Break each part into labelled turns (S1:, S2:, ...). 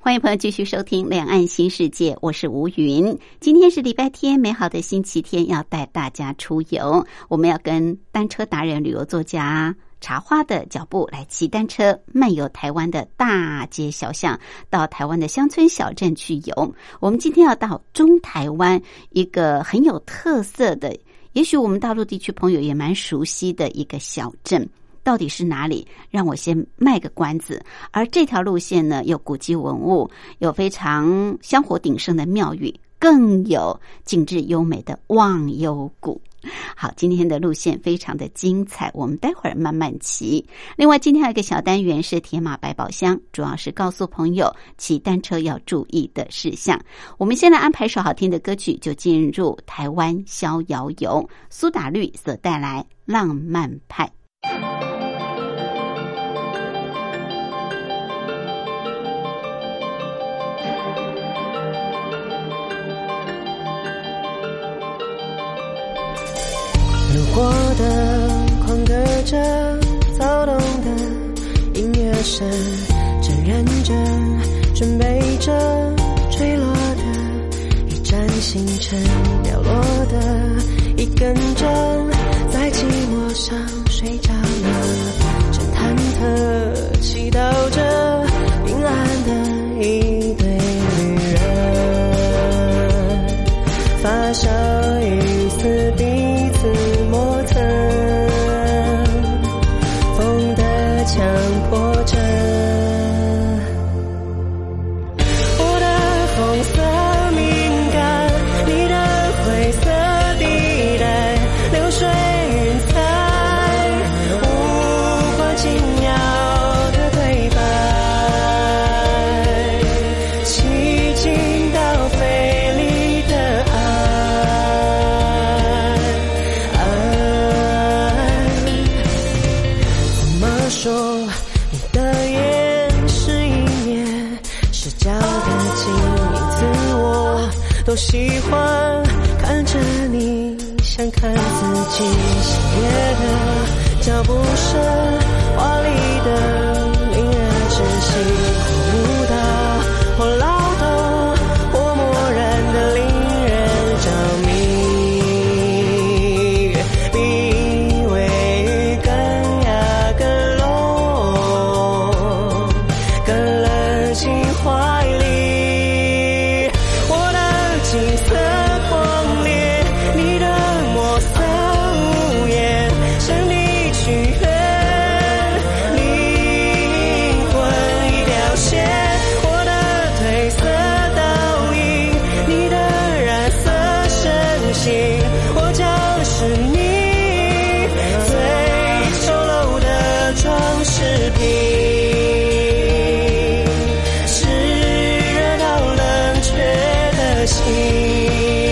S1: 欢迎朋友继续收听《两岸新世界》，我是吴云。今天是礼拜天，美好的星期天，要带大家出游。我们要跟单车达人、旅游作家茶花的脚步来骑单车，漫游台湾的大街小巷，到台湾的乡村小镇去游。我们今天要到中台湾一个很有特色的，也许我们大陆地区朋友也蛮熟悉的一个小镇。到底是哪里？让我先卖个关子。而这条路线呢，有古迹文物，有非常香火鼎盛的庙宇，更有景致优美的忘忧谷。好，今天的路线非常的精彩，我们待会儿慢慢骑。另外，今天还有一个小单元是铁马百宝箱，主要是告诉朋友骑单车要注意的事项。我们先来安排首好听的歌曲，就进入台湾逍遥游，苏打绿所带来《浪漫派》。
S2: 路过的、狂歌着、躁动的音乐声，正认真准备着坠落的一站星辰，掉落的一根针，在寂寞上睡着了，正忐忑祈祷着平安的一对旅人，发梢一丝彼此磨蹭，风的强迫着。我的红色敏感，你的灰色地带，流水云彩，无关紧要的对白，吸进到肺里的爱，爱。怎么说？你的眼是一面是角的镜，影子我都喜欢看着你，想看自己喜悦的脚步声，华丽的音乐之息，舞蹈或劳动或漠然的令人着迷。比以为更呀更浓，更冷进怀里。我的景色狂烈，你的墨色无言，向你去远，你灵魂已凋谢。我的褪色倒影，你的染色身形，我将是你最丑陋的装饰品，炽热到冷却的心。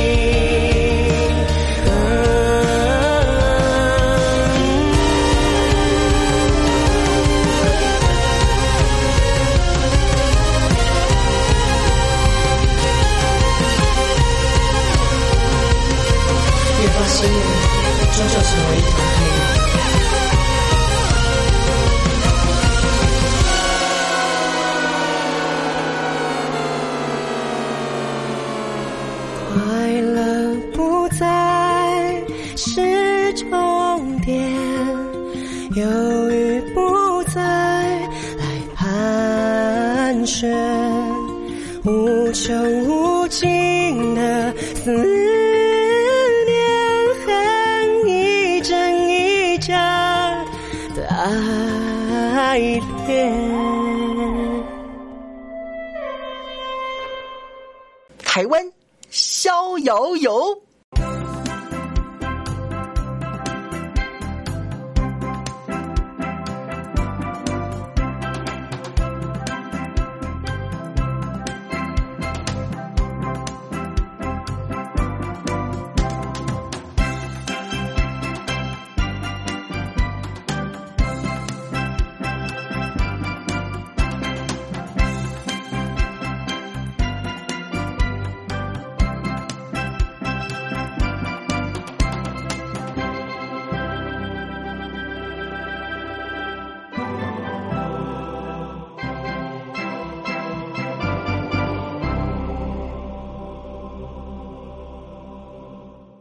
S2: 越发心愿，终究成为一团黑。快乐不再是终点，犹豫不再来盘旋，无穷无尽的思念和一真一假的爱恋。
S3: 台湾逍遥游。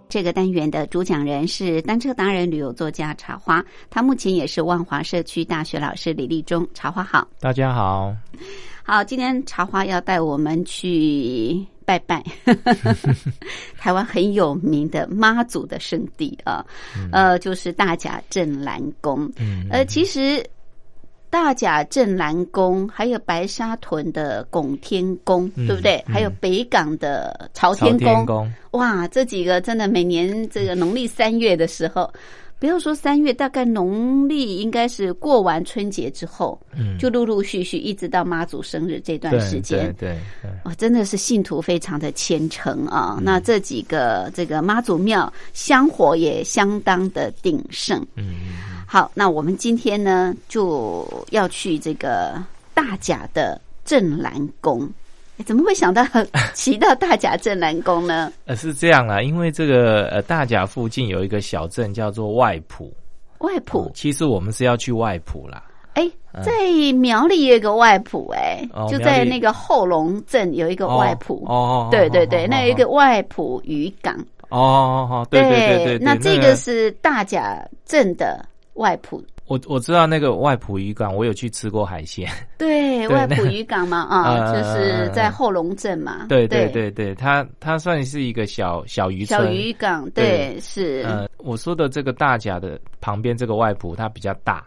S1: 这个单元的主讲人是单车达人、旅游作家茶花，他目前也是万华社区大学老师李立忠。茶花好，
S4: 大家好，
S1: 好，今天茶花要带我们去拜 拜，台湾很有名的妈祖的圣地啊，呃，就是大甲镇澜宫。
S4: 嗯，
S1: 呃，其实大甲镇澜宫，还有白沙屯的拱天宫，
S4: 嗯
S1: 对不对？
S4: 嗯
S1: 还有北港的朝
S4: 朝
S1: 天宫，
S4: 宫，
S1: 哇，这几个真的每年这个农历三月的时候，不要说三月，大概农历应该是过完春节之后，
S4: 嗯，
S1: 就陆陆续续一直到妈祖生日这段
S4: 对
S1: 时间，
S4: 对对对，
S1: 哇，真的是信徒非常的虔诚
S4: 嗯
S1: 啊！那这几个这个妈祖庙香火也相当的鼎盛。
S4: 嗯嗯
S1: 好，那我们今天呢就要去这个大甲的镇澜宫。诶怎么会想到 骑到大甲镇澜宫呢？
S4: 呃是这样啦，因为这个呃大甲附近有一个小镇叫做外埔，
S1: 外
S4: 哦
S1: 埔，
S4: 其实我们是要去外埔啦，
S1: 哎，在苗栗有一个外埔，哎
S4: 哦，
S1: 就在
S4: 苗栗
S1: 那个后龙镇有一个
S4: 哦
S1: 外埔
S4: 哦，哦，哦
S1: 对对对，
S4: 哦
S1: 那有一个外埔渔港，
S4: 哦哦哦，对对对对，
S1: 那这
S4: 那
S1: 个是大甲镇的外埔，
S4: 我我知道那个外埔渔港，我有去吃过海鲜，
S1: 对，
S4: 对
S1: 外埔渔港 嘛，啊，
S4: 呃
S1: 就是在后龙镇嘛，
S4: 对
S1: 对
S4: 对，对对，它它算是一个小小渔村，
S1: 小渔港，对，是，
S4: 呃，我说的这个大甲的旁边这个外埔，它比较大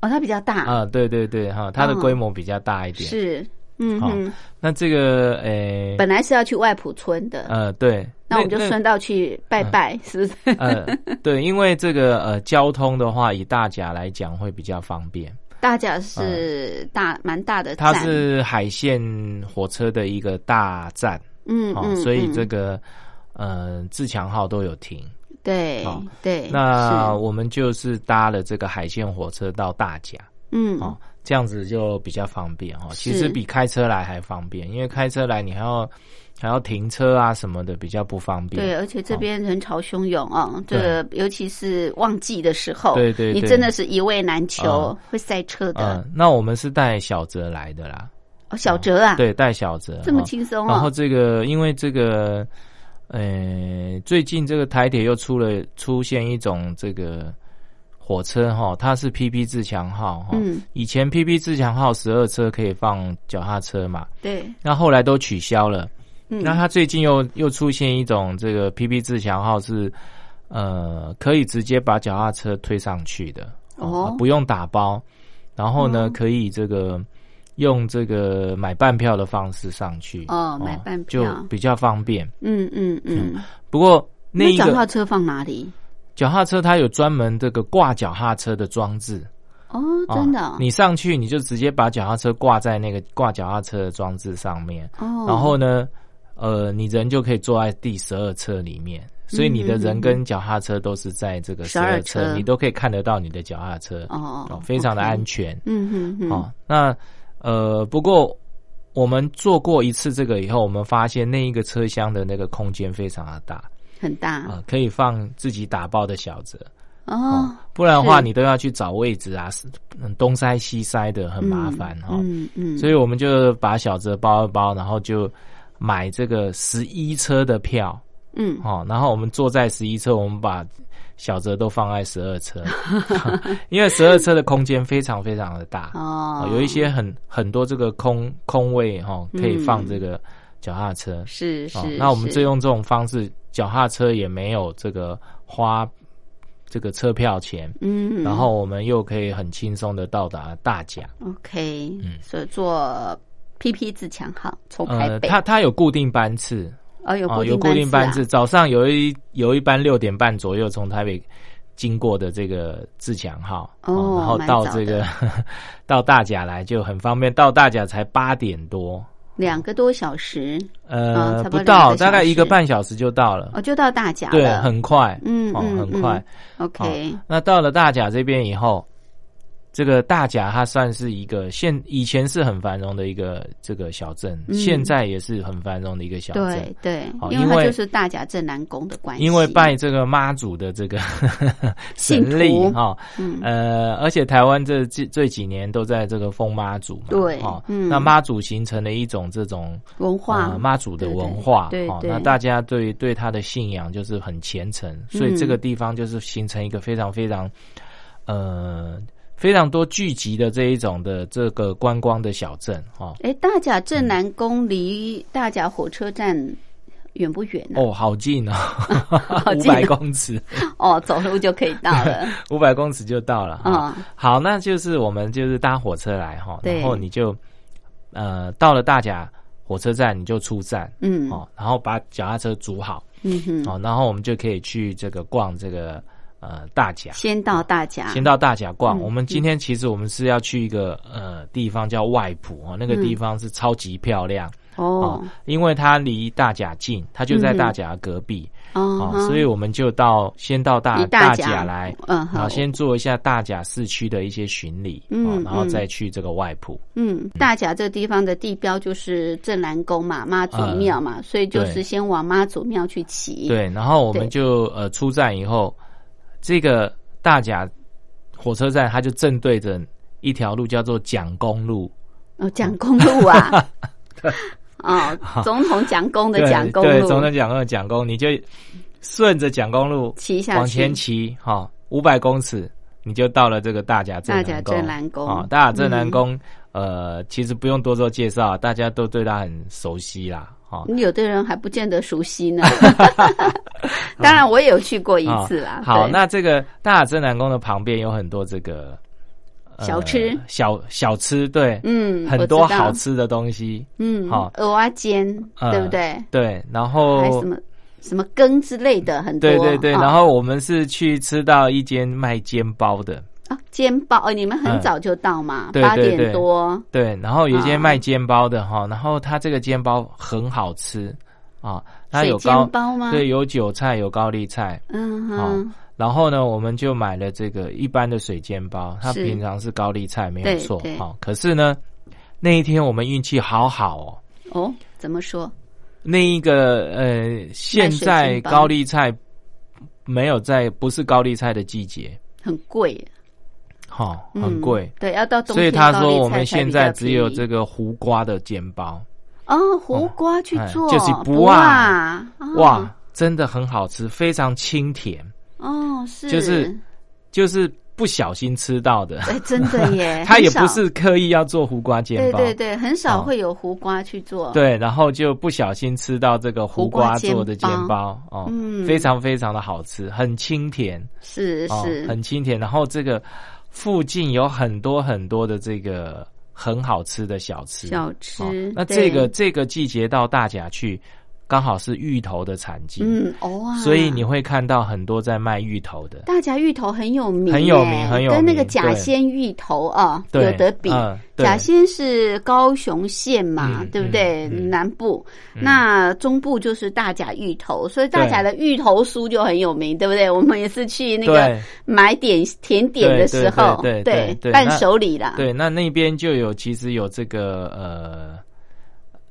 S1: 哦，它比较大，
S4: 啊、对对对，哈，它的
S1: 嗯
S4: 规模比较大一点。
S1: 是，嗯哼，
S4: 那这个，诶、
S1: 本来是要去外埔村的，
S4: 呃，对，
S1: 那我们就
S4: 那嗯
S1: 顺道去拜拜，是不是？
S4: 呃，对，因为这个呃，交通的话，以大甲来讲会比较方便，
S1: 大甲是大蛮大的
S4: 呃它
S1: 站，
S4: 是海线火车的一个大站，
S1: 嗯
S4: 哦，
S1: 嗯，
S4: 所以
S1: 嗯
S4: 这个，呃，自强号都有停。
S1: 对
S4: 好
S1: 对，
S4: 那
S1: 是
S4: 我们就是搭了这个海线火车到大甲。
S1: 嗯
S4: 哦，这样子就比较方便哦。其
S1: 是
S4: 实比开车来还方便，因为开车来你还要还要停车啊什么的，比较不方便。
S1: 对，而且这
S4: 哦
S1: 边人潮汹涌啊，这
S4: 对
S1: 个尤其是旺季的时候，
S4: 对对
S1: 你
S4: 对
S1: 真的是一位难求
S4: 嗯，
S1: 会塞车的
S4: 嗯。，那我们是带小哲来的啦，
S1: 哦，小哲啊，
S4: 对，带小哲，
S1: 这么
S4: 哦
S1: 轻松
S4: 然后
S1: 哦，
S4: 这个，因为这个，呃，最近这个台铁又出了出现一种这个火车哈、它是 PP 自强号哈、
S1: 嗯，
S4: 以前 PP 自强号十二车可以放脚踏车嘛，
S1: 对，
S4: 那后来都取消了。
S1: 嗯，
S4: 那它最近又又出现一种这个 PP 自强号是，呃，可以直接把脚踏车推上去的，
S1: 哦
S4: 呃不用打包，然后呢，
S1: 哦
S4: 可以这个用这个买半票的方式上去，
S1: 哦买半票
S4: 就比较方便。
S1: 嗯嗯嗯，
S4: 不过那一
S1: 脚踏
S4: 个
S1: 车放哪里？
S4: 脚踏车它有专门这个挂脚踏车的装置，
S1: 哦，
S4: 哦
S1: 真的哦，
S4: 你上去你就直接把脚踏车挂在那个挂脚踏车的装置上面，
S1: 哦，
S4: 然后呢，呃，你人就可以坐在第十二车里面，所以你
S1: 嗯
S4: 的人跟脚踏车都是在这个
S1: 12
S4: 十二
S1: 车
S4: 车，你都可以看得到你的脚踏车，
S1: 哦
S4: 哦，非常的
S1: OK
S4: 安全。
S1: 嗯嗯嗯，
S4: 哦，那呃，不过我们做过一次这个以后，我们发现那一个车厢的那个空间非常的大
S1: 很
S4: 啊、
S1: 大
S4: 呃可以放自己打包的小折。
S1: 哦，
S4: 不然的话，
S1: 是
S4: 你都要去找位置啊，是嗯东塞西塞的，很麻烦哈、哦
S1: 嗯嗯，
S4: 所以我们就把小折包一包，然后就买这个十一车的票
S1: 嗯
S4: 哦，然后我们坐在十一车，我们把小折都放在十二车， 因为十二车的空间非常非常的大，
S1: 哦
S4: 哦，有一些很很多这个空空位哈、哦，可以放这个脚踏车。
S1: 嗯是
S4: 哦
S1: 是，，
S4: 那我们
S1: 是
S4: 就用这种方式，脚踏车也没有这个花这个车票钱，
S1: 嗯，
S4: 然后我们又可以很轻松的到达大甲。
S1: OK，
S4: 嗯
S1: 所以做 PP 自强号从台
S4: 呃，
S1: 北，
S4: 它它有固定班次，
S1: 哦有
S4: 哦，
S1: 固
S4: 有
S1: 定
S4: 固定班
S1: 班次
S4: 次，
S1: 啊，
S4: 早上有一有一班六点半左右从台北经过的这个自强号，
S1: 哦
S4: 然后
S1: 蛮
S4: 到
S1: 早
S4: 这个 到大甲来就很方便，到大甲才八点多，
S1: 两个多小时，
S4: 呃，
S1: 哦差不多
S4: 不
S1: 两个
S4: 到
S1: 小
S4: 大概一个
S1: 时
S4: 半小时就到了，
S1: 哦就到大甲
S4: 对，
S1: 了，
S4: 很快，
S1: 嗯
S4: 哦，
S1: 嗯
S4: 很快。哦
S1: 嗯，OK，
S4: 那到了大甲这边以后，这个大甲它算是一个现以前是很繁荣的一个这个小镇，
S1: 嗯
S4: 现在也是很繁荣的一个小镇
S1: 对。对
S4: 好，
S1: 因为
S4: 哦因
S1: 它
S4: 为
S1: 就是大甲镇南宫的关系，
S4: 因为拜这个妈祖的这个
S1: 信徒
S4: 神力哈，
S1: 嗯
S4: 呃，而且台湾这这这几年都在这个封妈祖嘛，
S1: 对
S4: 哈
S1: 嗯
S4: 那妈祖形成了一种这种
S1: 文化
S4: 呃妈祖的文化，
S1: 对对
S4: 哦
S1: 对
S4: 那大家对对他的信仰就是很虔诚，
S1: 嗯
S4: 所以这个地方就是形成一个非常非常，呃，非常多聚集的这一种的这个观光的小镇哦。
S1: 哎，大甲镇南宫离大甲火车站远不远啊呢？
S4: 哦，好近哦，
S1: 嗯 好
S4: 五
S1: 近哦
S4: 百公尺，
S1: 哦，走路就可以到 了。
S4: 五百公尺就到了。哈
S1: 嗯
S4: 好，那就是我们就是搭火车来哈，
S1: 对
S4: 然后你就呃到了大甲火车站，你就出站
S1: 嗯
S4: 哦，然后把脚踏车租好，
S1: 嗯哼，
S4: 哦，然后我们就可以去这个逛这个呃大甲，
S1: 先到大甲，
S4: 先到大甲逛。
S1: 嗯
S4: 我们今天其实我们是要去一个呃地方叫外埔哦，那个地方是超级漂亮
S1: 哦
S4: 哦，因为它离大甲近，它就在
S1: 嗯哼
S4: 大甲隔壁
S1: 哦
S4: 哦，，所以我们就到先到大
S1: 以大
S4: 大
S1: 甲
S4: 甲来，
S1: 嗯
S4: 然
S1: 好
S4: 后，先做一下大甲市区的一些巡礼，哦
S1: 嗯，
S4: 然后
S1: 嗯
S4: 再去这个外埔。
S1: 嗯，大甲这地方的地标就是镇南宫嘛，妈祖庙嘛，所以就是
S4: 对
S1: 先往妈祖庙去骑。，
S4: 嗯对，然后我
S1: 对
S4: 们就呃出站以后，这个大甲火车站它就正对着一条路叫做蒋公路，
S1: 哦，蒋公路 啊，哦，总统蒋公的
S4: 对
S1: 蒋公
S4: 对，总
S1: 路
S4: 统蒋公的蒋公，你就顺着蒋公路
S1: 骑下去，
S4: 往前骑，哈，五百公尺你就到了这个大甲镇
S1: 大
S4: 南
S1: 甲
S4: 宫。
S1: 镇南宫嗯
S4: 哦，大甲镇南宫，呃，其实不用多做介绍，大家都对它很熟悉啦，哈。
S1: 有的人还不见得熟悉 呢。当然，我也有去过一次啦。
S4: 哦好，
S1: 对
S4: 那这个大甲镇南宫的旁边有很多这个、呃
S1: 小吃
S4: 小小吃，对，
S1: 嗯，
S4: 很多
S1: 我知道
S4: 好，吃的东西，
S1: 嗯，
S4: 好
S1: 蚵仔煎，
S4: 呃
S1: 对不对？
S4: 对，然
S1: 还有
S4: 后
S1: 什么什么羹之类的，很多。
S4: 对对对，
S1: 哦
S4: 然后我们是去吃到一间卖煎包的，
S1: 啊，煎包，哦，你们很
S4: 嗯
S1: 早就到嘛，
S4: 对
S1: 八
S4: 对
S1: 点
S4: 对
S1: 多。
S4: 对，然后有一
S1: 啊
S4: 间卖煎包的哈，然后它这个煎包很好吃啊，它
S1: 水
S4: 有高
S1: 煎包吗
S4: 对，有韭菜，有高丽菜，
S1: 嗯哼
S4: 哦，然后呢，我们就买了这个一般的水煎包，它
S1: 是
S4: 平常是高丽菜，没
S1: 对
S4: 有错
S1: 对。
S4: 好、可是呢，那一天我们运气好好哦，
S1: 哦，怎么说？
S4: 那一个呃，现在高丽菜没有在，不是高丽菜的季节，
S1: 很贵，
S4: 哈、
S1: 嗯
S4: 很贵。
S1: 对，要到冬
S4: 所以
S1: 天
S4: 他
S1: 高丽
S4: 说，
S1: 菜
S4: 我们
S1: 才比
S4: 现
S1: 较
S4: 在只有
S1: 便宜
S4: 这个胡瓜的煎包，
S1: 哦，胡瓜去
S4: 哎
S1: 做，
S4: 就是
S1: 不
S4: 不
S1: 啊
S4: 啊，
S1: 哦
S4: 哇，真的很好吃，非常清甜，
S1: 哦，是
S4: 就是就是不小心吃到的。
S1: 哎，真的 耶，
S4: 他也
S1: 很
S4: 不
S1: 少
S4: 是刻意要做胡瓜煎
S1: 对
S4: 包，
S1: 对对，很少
S4: 哦
S1: 会有胡瓜去做，
S4: 对，然后就不小心吃到这个胡瓜做的煎
S1: 胡
S4: 包哦，
S1: 嗯
S4: 非常非常的好吃，很清甜，
S1: 是
S4: 哦
S1: 是，
S4: 很清甜。然后这个附近有很多很多的这个很好吃的小吃，
S1: 小
S4: 哦
S1: 吃。
S4: 那
S1: 对
S4: 这个这个季节到大甲去，刚好是芋头的产季，
S1: 嗯，哦啊，
S4: 所以你会看到很多在卖芋头的，
S1: 大甲芋头很有名耶，
S4: 很有名很有
S1: 跟那个
S4: 名
S1: 甲
S4: 对
S1: 仙芋头啊有
S4: 对
S1: 得比。
S4: 嗯对
S1: 甲仙是高雄县嘛，
S4: 嗯
S1: 对不
S4: 嗯
S1: 对？
S4: 嗯
S1: 南部，那中部就是大甲芋头，所以大甲的芋头酥就很有名，对不对？我们也是去那个
S4: 对
S1: 买点甜点的时候，
S4: 对对对对对
S1: 伴手礼啦，
S4: 对，那那边就有其实有这个呃，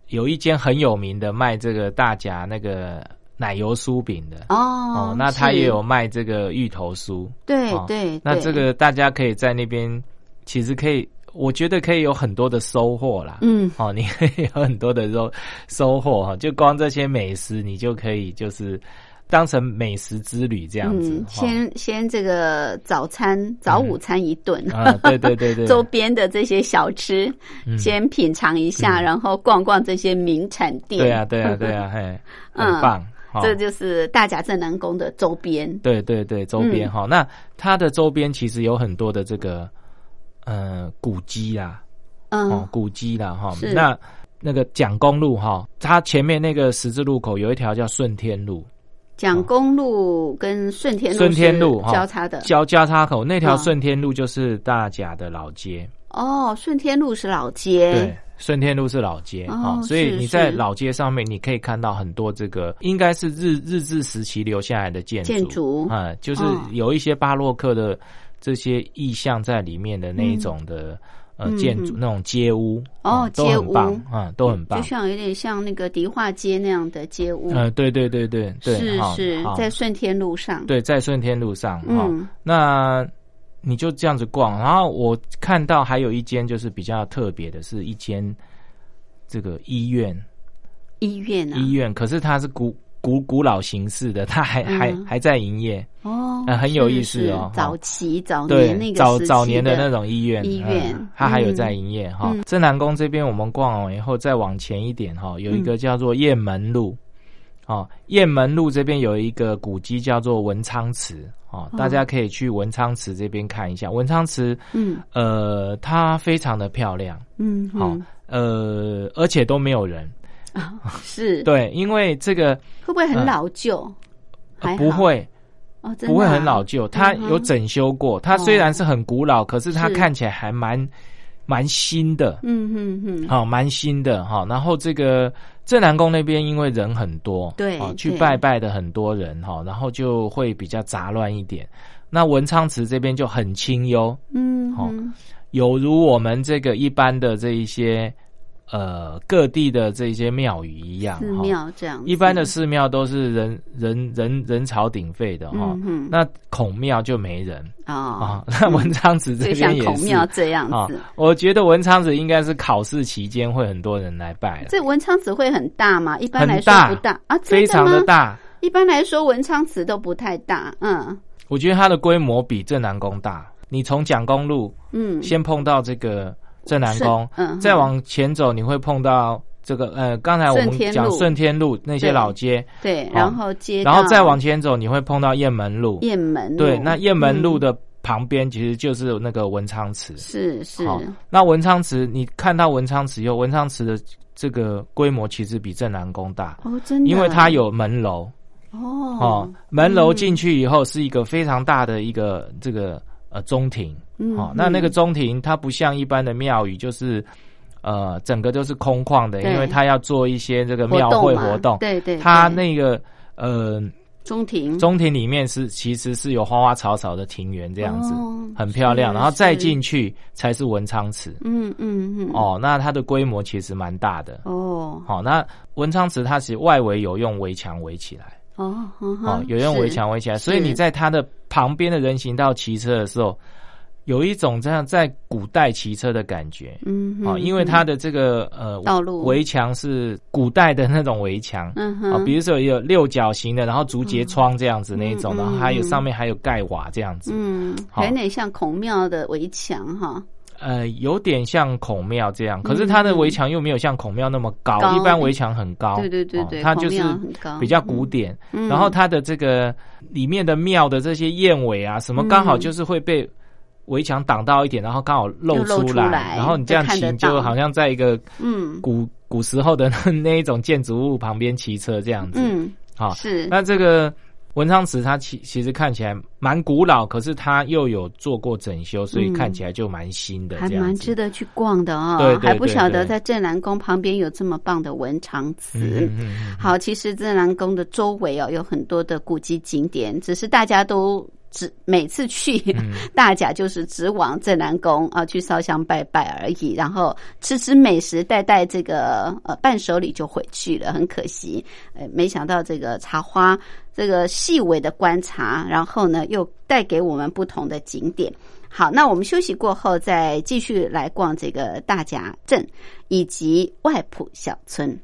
S4: 有一间很有名的卖这个大甲那个奶油酥饼的。
S1: 哦，
S4: 那他
S1: 是
S4: 也有卖这个芋头酥，
S1: 对
S4: 哦
S1: 对，
S4: 那
S1: 对
S4: 这个大家可以在那边，其实可以，我觉得可以有很多的收获啦。
S1: 嗯
S4: 哦，你可以有很多的收收获哈，就光这些美食，你就可以就是当成美食之旅这样子。哦
S1: 嗯，先先这个早餐早午餐一顿，
S4: 哦、啊，对对对嗯 对，
S1: 周边的这些小吃，先品尝一下，然后逛逛这些名产店。
S4: 嗯对啊，对啊，对啊，嘿，
S1: 嗯
S4: 很棒。哦
S1: 这就是大甲镇南宫的周边。
S4: 对对对，周边
S1: 嗯
S4: 哈、那它的周边其实有很多的这个呃古迹啦，
S1: 嗯，
S4: 哦，古迹啦哈、
S1: 是
S4: 那那个蒋公路哈、它前面那个十字路口有一条叫顺天路，
S1: 蒋公路跟顺天路
S4: 顺天路
S1: 是
S4: 哈、
S1: 交叉的。
S4: 交交叉口那条
S1: 嗯
S4: 顺天路就是大甲的老街，
S1: 哦，顺天路是老街
S4: 对。。顺天路是老街
S1: 哎哦
S4: 哦所以
S1: 是
S4: 你在
S1: 是
S4: 老街上面，你可以看到很多这个应该是日日治时期留下来的建筑，
S1: 建筑
S4: 啊、就是
S1: 嗯
S4: 有一些巴洛克的这些意象在里面的那一种的、
S1: 嗯
S4: 呃建筑，
S1: 嗯
S4: 那种街屋
S1: 哦
S4: 啊都
S1: 街
S4: 很棒
S1: 屋
S4: 啊、都很棒
S1: 就。像有点像那个迪化街那样的街屋，
S4: 呃，对对对对对，
S1: 是
S4: 好
S1: 是
S4: 好
S1: 在顺天路上，
S4: 对在顺天路上哈、
S1: 嗯
S4: 那你就这样子逛，然后我看到还有一间就是比较特别的，是一间这个医院，
S1: 医院啊，
S4: 医院，可是它是古古古老形式的，它还、还
S1: 嗯
S4: 还在营业，
S1: 哦，
S4: 呃很有
S1: 是
S4: 意思
S1: 是
S4: 哦哈
S1: 早期早
S4: 对
S1: 年那，个
S4: 早
S1: 时
S4: 早
S1: 期
S4: 年
S1: 的
S4: 那种医院，
S1: 医院
S4: 嗯它还有在营业哈
S1: 嗯。
S4: 正南宫这边我们逛完以后，再往前一点哈，有一
S1: 嗯
S4: 个叫做雁门路。哦，雁门路这边有一个古迹叫做文昌祠，哦，大家可以去文昌祠这边看一下。文昌祠，
S1: 嗯
S4: 呃，它非常的漂亮，
S1: 嗯，
S4: 好、
S1: 嗯
S4: 呃，而且都没有人，
S1: 是，
S4: 对，因为这个、
S1: 会不会很
S4: 嗯
S1: 老旧？还
S4: 不
S1: 好
S4: 会，
S1: 哦，真
S4: 不会
S1: 的
S4: 很
S1: 啊
S4: 老旧，它
S1: 嗯哼哦
S4: 有整修过。它虽然是很古老，可是它
S1: 是
S4: 看起来还蛮蛮新的，
S1: 嗯嗯嗯，
S4: 好、蛮新的哈、然后这个正南宫那边因为人很多，
S1: 对
S4: 哦
S1: 对
S4: 去拜拜的很多人哈、然后就会比较杂乱一点。那文昌祠这边就很清幽，
S1: 嗯，
S4: 好
S1: 嗯
S4: 有如我们这个一般的这一些呃各地的这一些庙宇一样，
S1: 寺
S4: 哈
S1: 庙这样子，
S4: 一般的寺庙都是人人人人潮鼎沸的哈、
S1: 嗯
S4: 那孔庙就没人
S1: 哦，嗯
S4: 啊， 那文昌祠这
S1: 就像
S4: 边也
S1: 孔
S4: 是
S1: 庙这样
S4: 啊
S1: 子。。
S4: 我觉得文昌祠应该是考试期间会很多人来拜了，
S1: 这文昌祠会很大吗？一般
S4: 很
S1: 来说
S4: 大
S1: 不大啊，真
S4: 非常
S1: 吗
S4: 的。大。
S1: 一般来说，文昌祠都不太大。嗯
S4: 我觉得它的规模比正南宫大。你从蒋公路
S1: 嗯，
S4: 先碰到这个正南
S1: 顺
S4: 宫，
S1: 嗯，
S4: 再往前走你会碰到这个呃，刚才我
S1: 顺
S4: 们
S1: 天
S4: 讲
S1: 路
S4: 顺天路那些
S1: 对
S4: 老街，
S1: 对，
S4: 好
S1: 然后接，
S4: 然后再往前走你会碰到雁门路。
S1: 雁门路。
S4: 对，那雁门路
S1: 嗯
S4: 的旁边其实就是有那个文昌祠。
S1: 是是
S4: 好，那文昌祠，你看到文昌祠以后，文昌祠的这个规模其实比正南宫大，
S1: 哦，真的，
S4: 因为它有门楼
S1: 哦
S4: 哦，，门楼进去以后是一个非常大的一个这个呃中庭
S1: 嗯
S4: 哦，那那个
S1: 嗯
S4: 中庭它不像一般的庙宇，就是呃整个都是空旷的，
S1: 对
S4: 因为它要做一些这个庙会
S1: 嘛
S4: 活动，
S1: 对对，
S4: 它
S1: 对
S4: 那个呃
S1: 中庭
S4: 中庭里面是其实是有花花草草的庭园这样子，
S1: 哦
S4: 很漂亮，
S1: 是
S4: 然后再
S1: 是
S4: 进去才是文昌祠。
S1: 嗯嗯嗯，
S4: 哦，那它的规模其实蛮大的。
S1: 哦
S4: 好、那文昌祠它其实外围有用围墙围起来，
S1: 哦
S4: 哦
S1: 哦，
S4: 有用围墙围起来，所以你在它的旁边的人行道骑车的时候，有一种这样在古代骑车的感觉。
S1: 嗯
S4: 哦，
S1: 哼
S4: 因为它的这个呃
S1: 道路
S4: 围墙是古代的那种围墙，
S1: 嗯
S4: 啊，
S1: 哼，
S4: 比如说有六角形的，然后竹节窗这样子那一种，
S1: 嗯嗯
S4: 然后还有
S1: 嗯
S4: 上面还有盖瓦这样子，
S1: 嗯，
S4: 好
S1: 有点像孔庙的围墙哈，
S4: 呃，有点像孔庙这样，可是它的围墙又没有像孔庙那么高，
S1: 嗯高
S4: 一般围墙很高，
S1: 对对对
S4: 哦
S1: 对，
S4: 它就
S1: 孔
S4: 是
S1: 庙很高
S4: 比较古，典。
S1: 嗯
S4: 然后它的这个里面的庙的这些燕尾啊，什么
S1: 嗯
S4: 刚好就是会被围墙挡到一点，然后刚好露
S1: 就露出来
S4: 然后你这样
S1: 就看得
S4: 骑
S1: 到
S4: 就好像在一个
S1: 嗯
S4: 古古时候的那那一种建筑物旁边骑车这样子，
S1: 嗯
S4: 好
S1: 是
S4: 那这个文昌祠它其其实看起来蛮古老，可是它又有做过整修，所以
S1: 嗯
S4: 看起来就蛮新的
S1: 还
S4: 这样
S1: 蛮
S4: 子。
S1: 值得去逛的哦，
S4: 对对
S1: 还不
S4: 对
S1: 晓得
S4: 对
S1: 在镇南宫旁边有这么棒的文昌祠。
S4: 嗯嗯嗯
S1: 好，其实镇南宫的周围哦有很多的古迹景点，只是大家都只每次去，
S4: 嗯
S1: 大家就是只往镇南宫啊去烧香拜拜而已，然后吃吃美食，带带这个呃伴手礼就回去了，很可惜。呃，没想到这个茶花这个细微的观察，然后呢又带给我们不同的景点。好，那我们休息过后再继续来逛这个大甲镇以及外埔小村。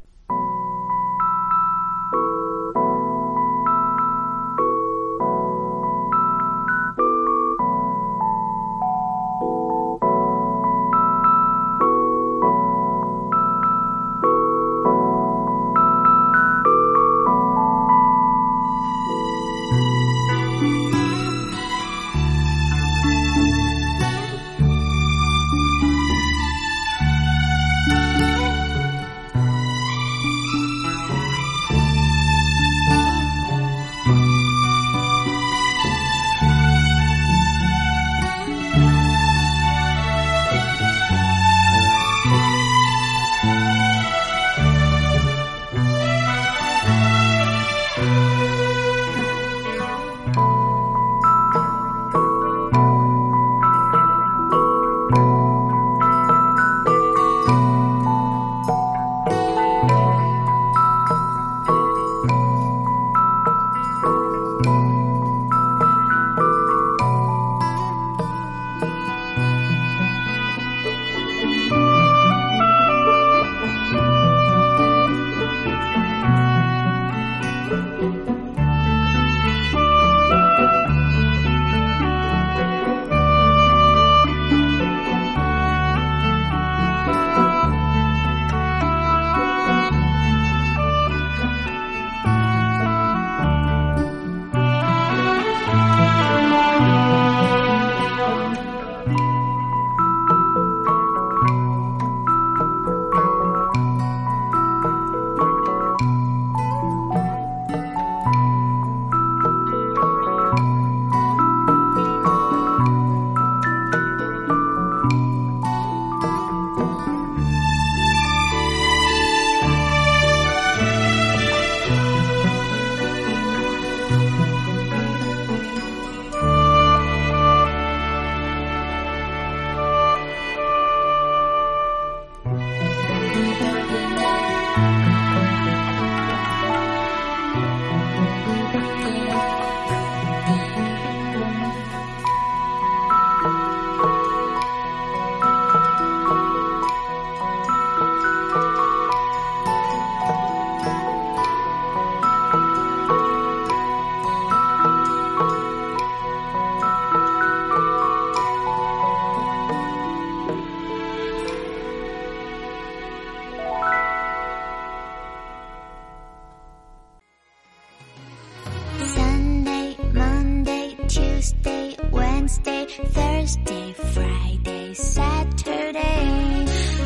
S5: Tuesday, Wednesday, Thursday, Friday, Saturday。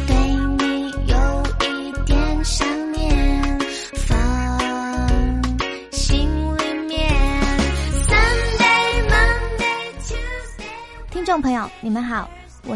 S5: 对你有一点想念，放心里面。Sunday, Monday, Tuesday。
S6: 听众朋友，你们好，我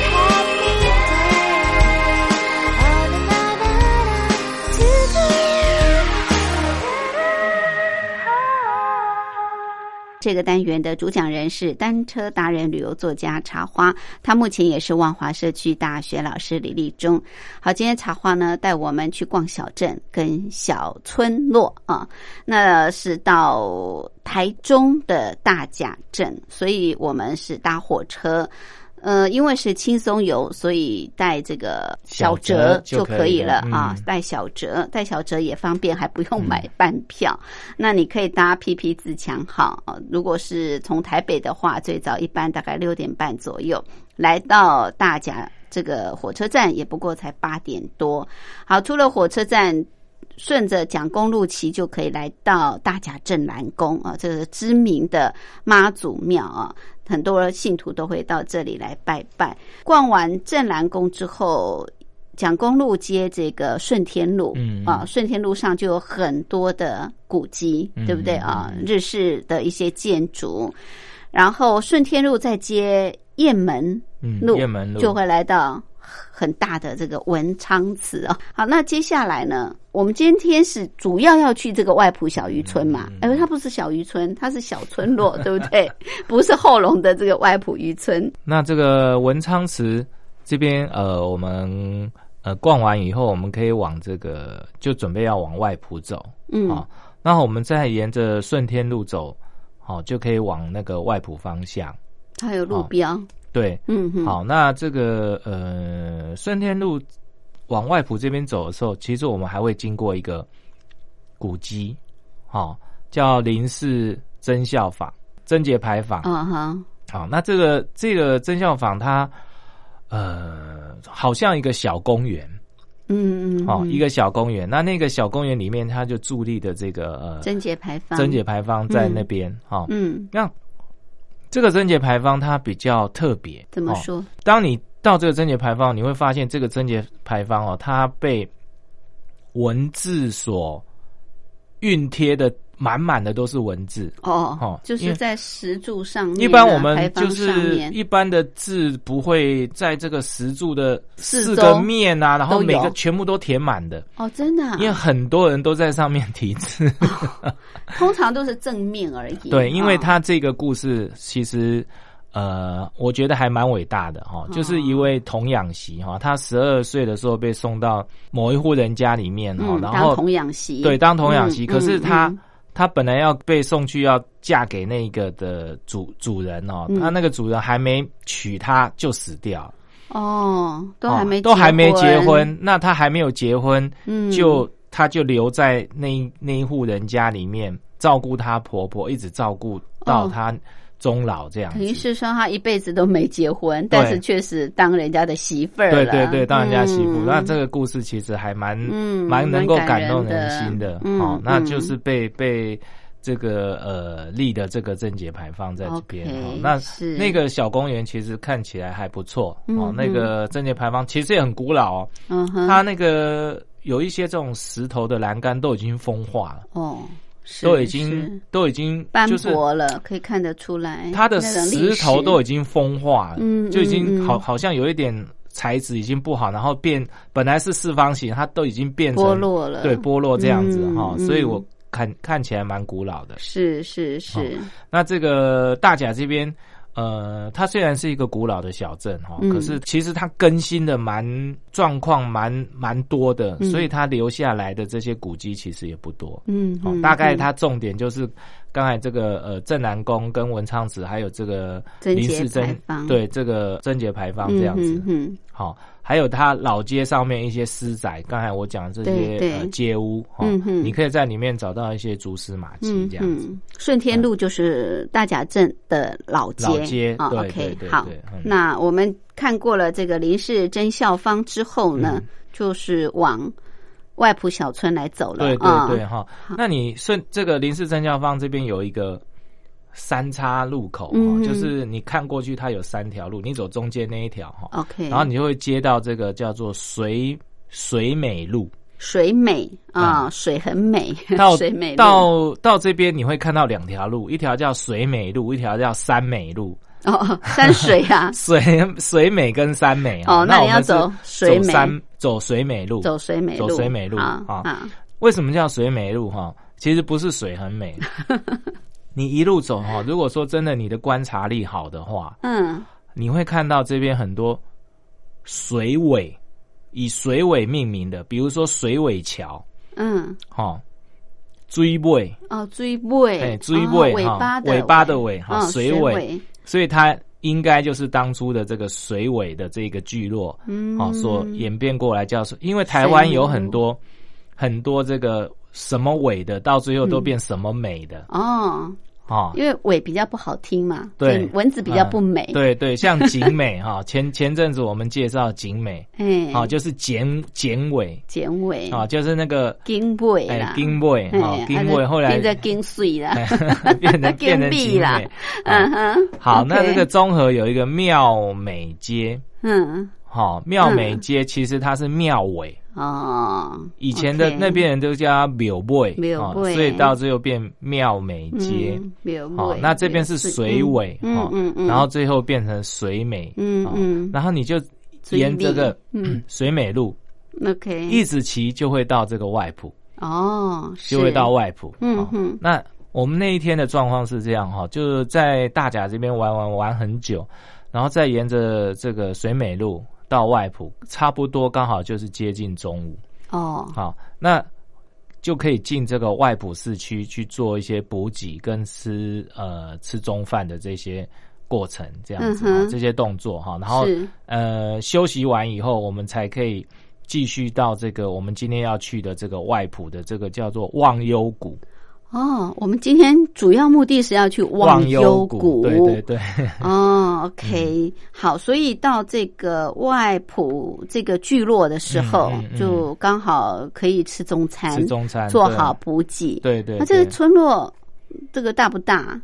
S5: day of another to you.
S1: 这个单元的主讲人是单车达人、旅游作家茶花，他目前也是万华社区大学老师李立忠。好，今天茶花呢带我们去逛小镇跟小村落啊，那是到台中的大甲镇，所以我们是搭火车。呃，因为是轻松游，所以带这个小折
S4: 小折
S1: 就
S4: 就
S1: 可
S4: 可
S1: 以
S4: 以
S1: 了嗯
S4: 了
S1: 啊
S4: 嗯，
S1: 带小折，带小折也方便，还不用买半票。那你可以搭 PP 自强号，呃如果是从台北的话，最早一般大概六点半左右来到大甲这个火车站，也不过才八点多。好，出了火车站。顺着蒋公路骑就可以来到大甲镇澜宫啊，这是知名的妈祖庙啊，很多信徒都会到这里来拜拜。逛完镇澜宫之后，蒋公路接这个顺天路，
S4: 嗯
S1: 啊，顺天路上就有很多的古迹，
S4: 嗯
S1: 对不对啊？日式的一些建筑，然后顺天路再接雁门
S4: 嗯，
S1: 路
S4: 雁门路
S1: 就会来到很大的这个文昌祠哦。好，那接下来呢，我们今天是主要要去这个外埔小渔村嘛？
S4: 嗯
S1: 哎、它不是小渔村，它是小村 落，对不对？不是后龙的这个外埔渔村。
S4: 那这个文昌祠这边，呃，我们呃逛完以后，我们可以往这个就准备要往外埔走，
S1: 嗯，
S4: 好、那我们再沿着顺天路走，好、就可以往那个外埔方向。
S1: 它有路
S4: 好
S1: 标。
S4: 对，
S1: 嗯哼，
S4: 好，那这个呃顺天路往外埔这边走的时候，其实我们还会经过一个古迹，好、叫林氏真效坊、贞节牌坊。
S1: 啊哈，
S4: 好，那这个这个真效坊它，呃，好像一个小公园
S1: 嗯嗯，
S4: 哦，
S1: 嗯
S4: 一个小公园。那那个小公园里面，它就伫立的这个呃
S1: 贞节牌坊，
S4: 贞节，牌坊在那边哈。
S1: 嗯，
S4: 那这个贞节牌坊它比较特别，
S1: 怎么
S4: 哦？
S1: 说？
S4: 当你到这个贞节牌坊，你会发现这个贞节牌坊哦，它被文字所熨贴的满满的都是文字。
S1: 哦
S4: 好，
S1: 就
S4: 因
S1: 是
S4: 为
S1: 在石柱上面啊，
S4: 一般我们
S1: 牌坊
S4: 就
S1: 上
S4: 是
S1: 面
S4: 一般的字不会在这个石柱的
S1: 四
S4: 四
S1: 周
S4: 个面啊，然后
S1: 都有
S4: 每个全部都填满的，
S1: 哦，真的啊，
S4: 因为很多人都在上面题 字。
S1: 通常都是正面而已。
S4: 对，因为
S1: 哦
S4: 他这个故事其实。呃，我觉得还蛮伟大的哈、哦，就是一位童养媳哈、他十二岁的时候被送到某一户人家里面哈、
S1: 嗯，
S4: 哦然
S1: 当
S4: 后
S1: 童养媳，
S4: 对当童养媳，
S1: 嗯
S4: 可是
S1: 嗯
S4: 他、
S1: 嗯
S4: 他本来要被送去要嫁给那个的主主人哦，
S1: 嗯
S4: 他那个主人还没娶她就死掉了，
S1: 哦，都还没
S4: 哦都还没结
S1: 婚，
S4: 婚，那他还没有结婚，
S1: 嗯，
S4: 就他就留在那一那一户人家里面照顾她婆婆，一直照顾到
S1: 哦
S4: 她终老这样
S1: 等
S4: 子。
S1: 于是说他一辈子都没结婚，但是却是当人家的媳妇儿
S4: 对
S1: 了
S4: 对对，当人家媳妇，
S1: 嗯
S4: 那这个故事其实还蛮
S1: 嗯
S4: 蛮能够感动
S1: 蛮感人
S4: 人
S1: 的
S4: 心的，
S1: 嗯
S4: 哦，那
S1: 嗯
S4: 就是被被这个呃立的这个贞节牌坊在这边
S1: OK，
S4: 哦，那
S1: 是
S4: 那个小公园其实看起来还不错哦
S1: 嗯，
S4: 那个贞节牌坊其实也很古老哦，
S1: 嗯哼，
S4: 它那个有一些这种石头的栏杆都已经风化了，
S1: 哦，是
S4: 都已
S1: 是
S4: 经都已经
S1: 斑
S4: 就是
S1: 驳了，可以看得出来，
S4: 它的
S1: 那种历
S4: 石头都已
S1: 史
S4: 经风化了，
S1: 嗯
S4: 就已经
S1: 嗯
S4: 好
S1: 嗯
S4: 好像有一点材质已经不好，然后变本来是四方形，它都已经变成
S1: 剥落了，
S4: 对剥落这样子哈、
S1: 嗯
S4: 所以
S1: 嗯
S4: 我看看起来蛮古老的。
S1: 是是
S4: 哦
S1: 是，
S4: 那这个大甲这边，呃，它虽然是一个古老的小镇哈、
S1: 嗯
S4: 可是其实它更新的蛮状况蛮蛮多的，
S1: 嗯
S4: 所以它留下来的这些古迹其实也不多。
S1: 嗯
S4: 哦
S1: 嗯，
S4: 大概
S1: 嗯
S4: 它重点就是刚才这个呃正南宫跟文昌祠，还有这个
S1: 贞
S4: 林
S1: 节
S4: 氏
S1: 牌
S4: 贞
S1: 坊
S4: 对这个贞节牌坊这样子。
S1: 嗯嗯
S4: 好、还有它老街上面一些私宅，刚才我讲这
S1: 对
S4: 些
S1: 对
S4: 呃街屋，哦
S1: 嗯哼
S4: 你可以在里面找到一些蛛丝马迹
S1: 嗯
S4: 这样子。
S1: 嗯，顺天路就是大甲镇的老街，
S4: 老街
S1: 哦
S4: 对
S1: o k
S4: 对对
S1: 好
S4: 对嗯，
S1: 那我们看过了这个林氏真校方之后
S4: 嗯
S1: 呢，就是往外埔小村来走了，
S4: 对
S1: 啊
S4: 对对哈、那你顺这个林氏真教坊这边有一个三叉路口、哦
S1: 嗯
S4: 就是你看过去它有三条路，你走中间那一条哈、
S1: ，OK，
S4: 然后你就会接到这个叫做水水美 路，
S1: 水美啊，
S4: 啊
S1: 水很美，
S4: 到
S1: 水美路
S4: 到到这边你会看到两条路，一条叫水美路，一条叫山美路。，
S1: 哦山水啊
S4: 水水美跟山美啊
S1: 哦那
S4: 我
S1: 你要
S4: 们是
S1: 走水美
S4: 走山走水美路，
S1: 走水美路，
S4: 走水美路
S1: 啊
S4: 啊
S1: 啊，
S4: 为什么叫水美路哈？其实不是水很 美，你一路走哈，如果说真的你的观察力好的话，
S1: 嗯，
S4: 你会看到这边很多水尾，以水尾命名的，比如说水尾桥
S1: 嗯，
S4: 哈，追尾，
S1: 哦，追尾，
S4: 哎追
S1: 哦
S4: 尾
S1: 尾
S4: 哈
S1: 巴的
S4: 尾巴的尾哈
S1: 哦
S4: 水
S1: 水
S4: 尾所以它应该就是当初的这个水尾的这个聚落，
S1: 嗯
S4: 哦，所演变过来叫，因为台湾有很多很多这个什么尾的，到最后都变什么美的，
S1: 哦，
S4: 哦，
S1: 因为尾比较不好听嘛，
S4: 对
S1: 所以文字比较不美，
S4: 嗯，对对，像景美 哈，前前阵子我们介绍景美，
S1: 哎，
S4: 哦，就是剪剪尾，
S1: 剪尾
S4: 哦，，就是那个
S1: 金尾
S4: 哎
S1: 啦，
S4: 丁尾
S1: 哎
S4: 哈，丁
S1: 啊
S4: 尾
S1: 就
S4: 后来
S1: 变成金穗啦，
S4: 变成变成
S1: 金
S4: 景
S1: 币啦
S4: 美，
S1: 嗯哼，
S4: 好，那
S1: OK
S4: 这个综合有一个妙美街。
S1: 嗯
S4: 好、庙美街其实它是庙尾，
S1: 哦，
S4: 以前的那边人都叫它庙尾，
S1: 庙
S4: 哦
S1: 尾
S4: 所以到最后变庙美街。
S1: 嗯有
S4: 好、
S1: 尾，
S4: 那这边是水尾，
S1: 嗯
S4: 哦
S1: 嗯嗯
S4: 然后最后变成水美，
S1: 嗯
S4: 哦
S1: 嗯
S4: 然后你就沿这个
S1: 水美嗯
S4: 水美路、
S1: ，OK，
S4: 一直骑就会到这个外埔，
S1: 哦，是
S4: 就会到，外埔。
S1: 嗯
S4: 哦
S1: 哼，
S4: 那我们那一天的状况是这样哈、就是在大甲这边玩玩玩很久，然后再沿着这个水美路到外埔，差不多刚好就是接近中午。
S1: 哦，
S4: 好，那就可以进这个外埔市区去做一些补给跟吃呃吃中饭的这些过程，这样
S1: 嗯
S4: 子、
S1: 哼
S4: 哦这些动作哈、然后
S1: 是
S4: 呃休息完以后，我们才可以继续到这个我们今天要去的这个外埔的这个叫做忘忧谷，
S1: 哦，我们今天主要目的是要去忘
S4: 忧
S1: 忧
S4: 谷，对对对，嗯
S1: 哦，OK，好，所以到这个外埔这个聚落的时候
S4: 嗯嗯，嗯
S1: 就刚好可以吃中餐，
S4: 吃中餐
S1: 做
S4: 对
S1: 好补给。，
S4: 对对，
S1: 那这个
S4: 对
S1: 村落这个大不大？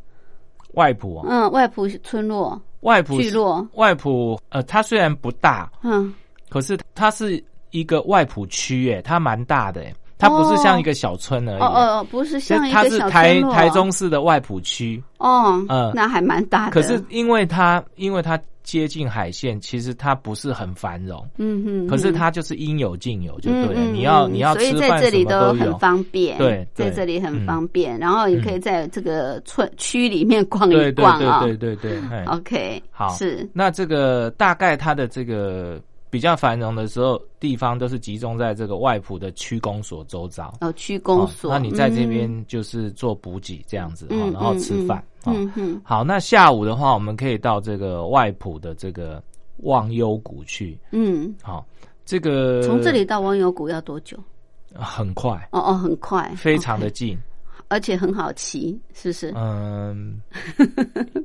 S4: 外埔、哦，
S1: 嗯，外埔村落
S4: 外埔
S1: 聚落，
S4: 外埔呃，它虽然不大，
S1: 嗯，
S4: 可是它是一个外埔区，哎，它蛮大的，哎，它不是像一个小村而已。欸
S1: 哦哦，哦不是
S4: 其实
S1: 像一
S4: 它
S1: 个
S4: 是
S1: 小
S4: 台
S1: 村落，
S4: 台中市的外埔区，
S1: 哦，
S4: 嗯
S1: 那还蛮大的。
S4: 可是，因为它因为它接近海线，其实它不是很繁荣，
S1: 嗯哼，
S4: 可是
S1: 嗯
S4: 它就是应有尽有就
S1: 嗯
S4: 对了。
S1: 嗯，
S4: 你要
S1: 嗯
S4: 你要
S1: 所以
S4: 吃
S1: 在
S4: 饭
S1: 这
S4: 什
S1: 里
S4: 么都
S1: 都很
S4: 有，
S1: 方便，
S4: 对
S1: 在
S4: 对
S1: 这里很
S4: 嗯
S1: 方便，然后也可以在这个村区里面逛一
S4: 对对
S1: 逛啊。
S4: 对对对对。哎
S1: OK，
S4: 好
S1: 是，
S4: 那这个大概它的这个比较繁荣的时候，地方都是集中在这个外埔的区公所周遭。
S1: 哦，区公
S4: 哦
S1: 所，
S4: 那你在这
S1: 嗯，
S4: 边就是做补给这样子哈、
S1: 嗯
S4: 然后吃饭。哦
S1: 嗯哼，
S4: 好，那下午的话，我们可以到这个外埔的这个忘忧谷去。
S1: 嗯，
S4: 好、这个
S1: 从这里到忘忧谷要多久？
S4: 很快，
S1: 哦哦，很快，
S4: 非常的
S1: OK，
S4: 近。
S1: 而且很好骑，是不哦是？
S4: 嗯，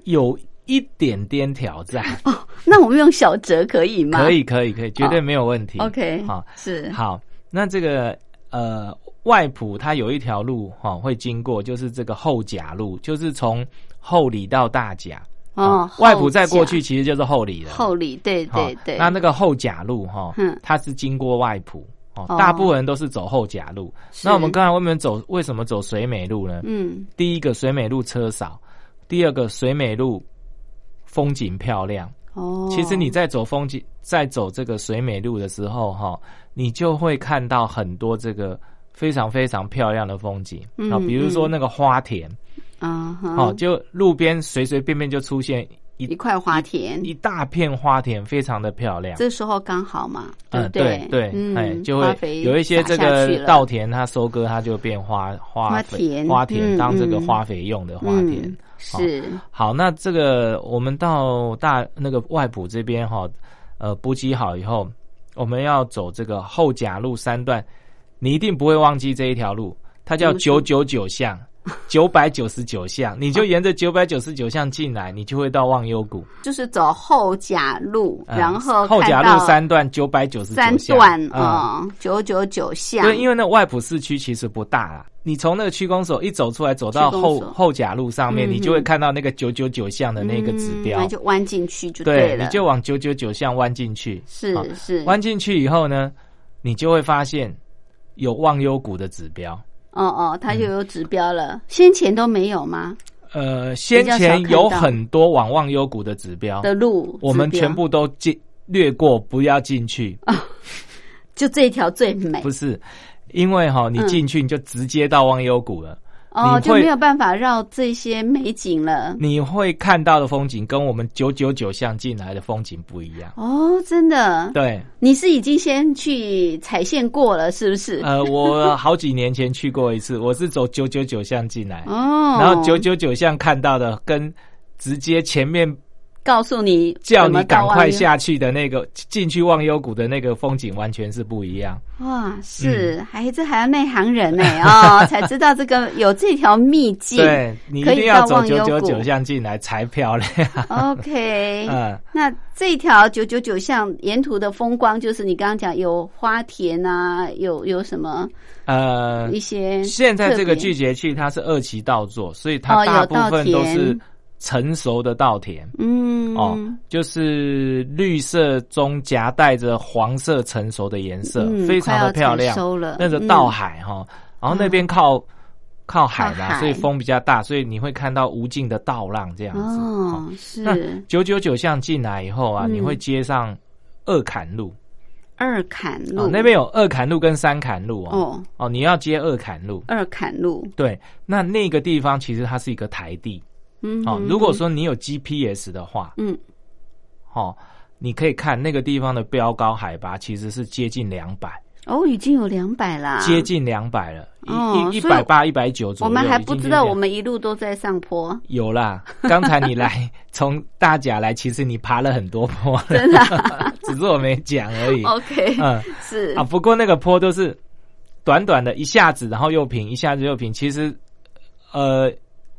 S4: 有一点点挑战，
S1: 那我们用小折可以吗？
S4: 可以，可以，可以，绝对没有问题。
S1: ，OK，
S4: 好，
S1: 是，
S4: 好，那这个呃外埔它有一条路哈、哦会经过，就是这个后甲路，就是从后里到大甲。
S1: 哦，
S4: 啊外埔再过
S1: 甲
S4: 去其实就是后里了。
S1: 后里，对
S4: 好
S1: 对对，
S4: 那那个后甲路哈，
S1: 嗯
S4: 它是经过外埔哦
S1: 哦，
S4: 大部分人都是走后甲路。
S1: 是
S4: 那我们刚才外面走为什么走水美路呢？
S1: 嗯
S4: 第一个水美路车少，第二个水美路风景漂亮。
S1: 哦，
S4: 其实你在走风景，在走这个水美路的时候，哈，你就会看到很多这个非常非常漂亮的风景
S1: 嗯
S4: 啊，比如说那个花田，
S1: 啊哈
S4: 哦，就路边随随便便就出现一
S1: 一块花田，
S4: 一大片花田，非常的漂亮。
S1: 这时候刚好嘛，
S4: 嗯，
S1: 不
S4: 对
S1: 对
S4: 对，哎，
S1: 嗯，
S4: 就
S1: 花
S4: 会
S1: 肥
S4: 有一些
S1: 撒
S4: 这
S1: 下去
S4: 个
S1: 了
S4: 稻田，它收割它就变花花
S1: 花
S4: 肥
S1: 田
S4: 花田
S1: 嗯
S4: 当这个
S1: 嗯
S4: 花肥用的花
S1: 嗯
S4: 田。
S1: 是
S4: 好，那这个我们到大那个外埔这边哈、呃，补给好以后，我们要走这个后甲路三段，你一定不会忘记这一条路，它叫
S1: 怎么
S4: 九
S1: 说
S4: 九九巷，九百九十九巷，你就沿着九百九十九巷进来，你就会到忘忧谷，
S1: 就是走后甲路，
S4: 嗯
S1: 然后
S4: 后
S1: 看
S4: 甲
S1: 到
S4: 路三段九百九十九
S1: 三
S4: 巷
S1: 段
S4: 嗯
S1: 啊，九九九巷，
S4: 对，因为那外埔市区其实不大啦，你从那个区公所一走出来，走到
S1: 区公
S4: 后
S1: 所
S4: 后甲路上
S1: 嗯
S4: 面，你就会看到那个九九九巷的那个指标，
S1: 嗯那就弯进去就
S4: 对，
S1: 了，
S4: 你就往九九九巷弯进去，
S1: 是
S4: 好
S1: 是
S4: 弯进去以后呢，你就会发现有忘忧谷的指标。
S1: 哦哦，它就有指标
S4: 嗯
S1: 了，先前都没有吗？
S4: 呃，先
S1: 较少
S4: 前
S1: 看
S4: 有
S1: 到
S4: 很多往忘忧谷的指标，
S1: 的路，
S4: 我们
S1: 指标
S4: 全部都进略过，不要进去。
S1: 就这一条最美
S4: 不，是，因为哈、你
S1: 嗯
S4: 进去你就直接到忘忧谷了。
S1: 哦，
S4: 你
S1: 就
S4: 会
S1: 没有办法绕这些美景了。
S4: 你会看到的风景跟我们九九九巷进来的风景不一样。
S1: 哦，真的，
S4: 对，
S1: 你是已经先去踩线过了，是不是？
S4: 呃，我好几年前去过一次，我是走九九九巷进来，
S1: 哦，
S4: 然后九九九巷看到的跟直接前面
S1: 告诉你
S4: 叫
S1: 怎
S4: 你
S1: 么
S4: 赶
S1: 到
S4: 快
S1: 万源
S4: 下去的那个进去忘忧谷的那个风景完全是不一样。
S1: 哇，
S4: 嗯
S1: 是还这还要内行人 呢、哦，才知道这个有这条秘境。
S4: 对你一
S1: 可以
S4: 定要
S1: 到
S4: 走
S1: 忘
S4: 九
S1: 忧
S4: 九
S1: 谷
S4: 九巷进来才漂亮。
S1: ，OK，、
S4: 嗯，
S1: 那这条九九九巷沿途的风光，就是你刚刚讲有花田啊，有有什么
S4: 呃，
S1: 一些特别、
S4: 现在这个季节去它是二期稻作，所以
S1: 哦
S4: 它
S1: 有
S4: 大部
S1: 稻
S4: 分都
S1: 田
S4: 是成熟的稻田。
S1: 嗯，
S4: 哦，就是绿色中夹带着黄色成熟的颜色，
S1: 嗯
S4: 非常的漂
S1: 快要
S4: 亮
S1: 采。收了，
S4: 那个
S1: 嗯
S4: 稻海哈、然后那边靠、靠海
S1: 靠
S4: 嘛，
S1: 海
S4: 所以风比较大，所以你会看到无尽的稻浪这样子。
S1: 哦，
S4: 那
S1: 是
S4: 九九九巷进来以后啊，
S1: 嗯
S4: 你会接上二坎路
S1: 二坎
S4: 啊、
S1: 路
S4: 那边有二坎路跟三坎路哦。
S1: 哦，
S4: 哦，你要接二坎路。
S1: 二坎路，
S4: 对，那那个地方其实它是一个台地
S1: 嗯，
S4: 哦。如果说你有 GPS 的话，
S1: 嗯
S4: 哦，你可以看那个地方的标高海拔其实是接近两百、
S1: 哦，已经有两百啦，
S4: 接近两百了，
S1: 啊哦
S4: 一一一
S1: 所以
S4: 百八、一百九左
S1: 我
S4: 右。
S1: 们还
S4: 已
S1: 不
S4: 经
S1: 知
S4: 接
S1: 道
S4: 近
S1: 我们一路都在上坡，
S4: 有啦。刚才你来从大甲来，其实你爬了很多坡 了，
S1: 真的啊
S4: 只是我没讲而已。
S1: 哦，OK，
S4: 嗯
S1: 是
S4: 啊，不过那个坡都是短短的，一下子然后又平，一下子又平。其实，呃，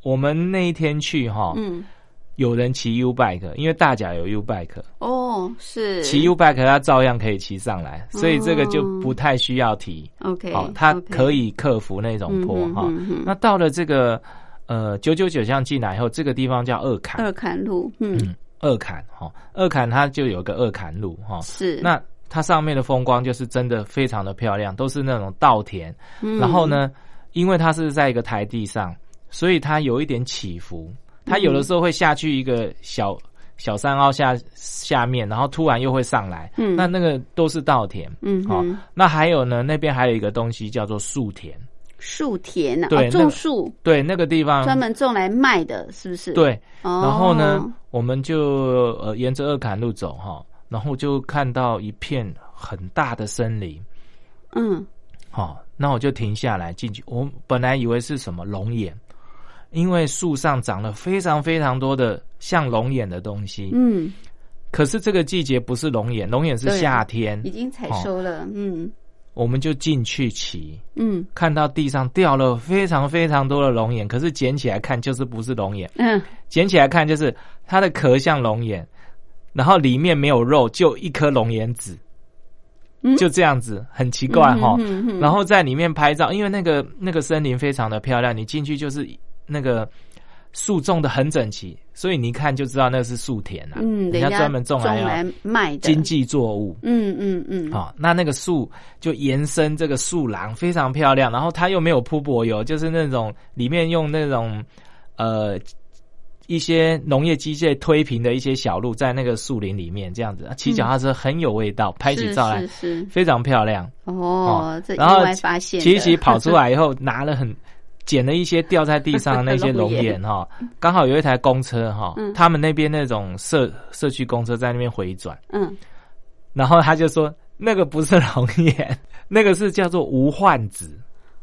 S4: 我们那一天去哈，
S1: 嗯，
S4: 有人骑 U bike，因为大甲有 U bike，
S1: 哦，是哦
S4: 骑 U bike 它照样可以骑上来，所以这个就不太需要提。
S1: OK，
S4: 好、哦它
S1: OK
S4: 可以克服那种坡
S1: 嗯哼
S4: 哈、
S1: 嗯哼
S4: 那到了这个呃九九九巷进来以后，这个地方叫二坎
S1: 二，坎路，嗯，
S4: 嗯，二坎哈、二坎它就有个二坎路哈、
S1: 是
S4: 那它上面的风光就是真的非常的漂亮，都是那种稻田。
S1: 嗯
S4: 然后呢，因为它是在一个台地上，所以它有一点起伏。它有的时候会下去一个小小山凹下下面，然后突然又会上来。
S1: 嗯
S4: 那那个都是稻田。
S1: 嗯
S4: 好、
S1: 哼
S4: 那还有呢，那边还有一个东西叫做树田。
S1: 树田啊，
S4: 对
S1: 哦
S4: 那个
S1: 种树
S4: 对，那个地方
S1: 专门种来卖的，是不是？，
S4: 对。
S1: 哦、
S4: 然后呢，我们就呃沿着二坎路走哈、然后就看到一片很大的森林。
S1: 嗯，
S4: 好、那我就停下来进去。我本来以为是什么龙眼，因为树上长了非常非常多的像龙眼的东西。
S1: 嗯
S4: 可是这个季节不是龙眼，龙眼是
S1: 对啊
S4: 夏天
S1: 已。经
S4: 哦
S1: 采收了，嗯
S4: 我们就进去骑，
S1: 嗯
S4: 看到地上掉了非常非常多的龙眼，可是捡起来看就是不是龙眼，
S1: 嗯，
S4: 捡起来看就是它的壳像龙眼，然后里面没有肉，就一颗龙眼籽。
S1: 嗯
S4: 就这样子，很奇怪哈、
S1: 嗯哼
S4: 然后在里面拍照，因为那个那个森林非常的漂亮，你进去就是那个树种的很整齐，所以你一看就知道那是树田啊，
S1: 嗯，
S4: 人家专门种
S1: 种来
S4: 来啊
S1: 卖的
S4: 经，济作物。
S1: 嗯嗯嗯，
S4: 好、那那个树就延伸这个树廊，非常漂亮。然后它又没有铺柏油，就是那种里面用那种呃一些农业机械推平的一些小路，在那个树林里面这样子，啊骑脚踏车很有味道，拍起
S1: 是
S4: 照来
S1: 是是
S4: 非常漂亮。
S1: 哦，这意
S4: 然后
S1: 外发现的，
S4: 琪琪跑出来以后，拿了很捡了一些掉在地上的那些
S1: 龙
S4: 龙
S1: 眼
S4: 眼哈，刚好有一台公车哈
S1: 嗯，
S4: 他们那边那种社社区公车在那边回转，
S1: 嗯，
S4: 然后他就说那个不是龙眼，那个是叫做无患子。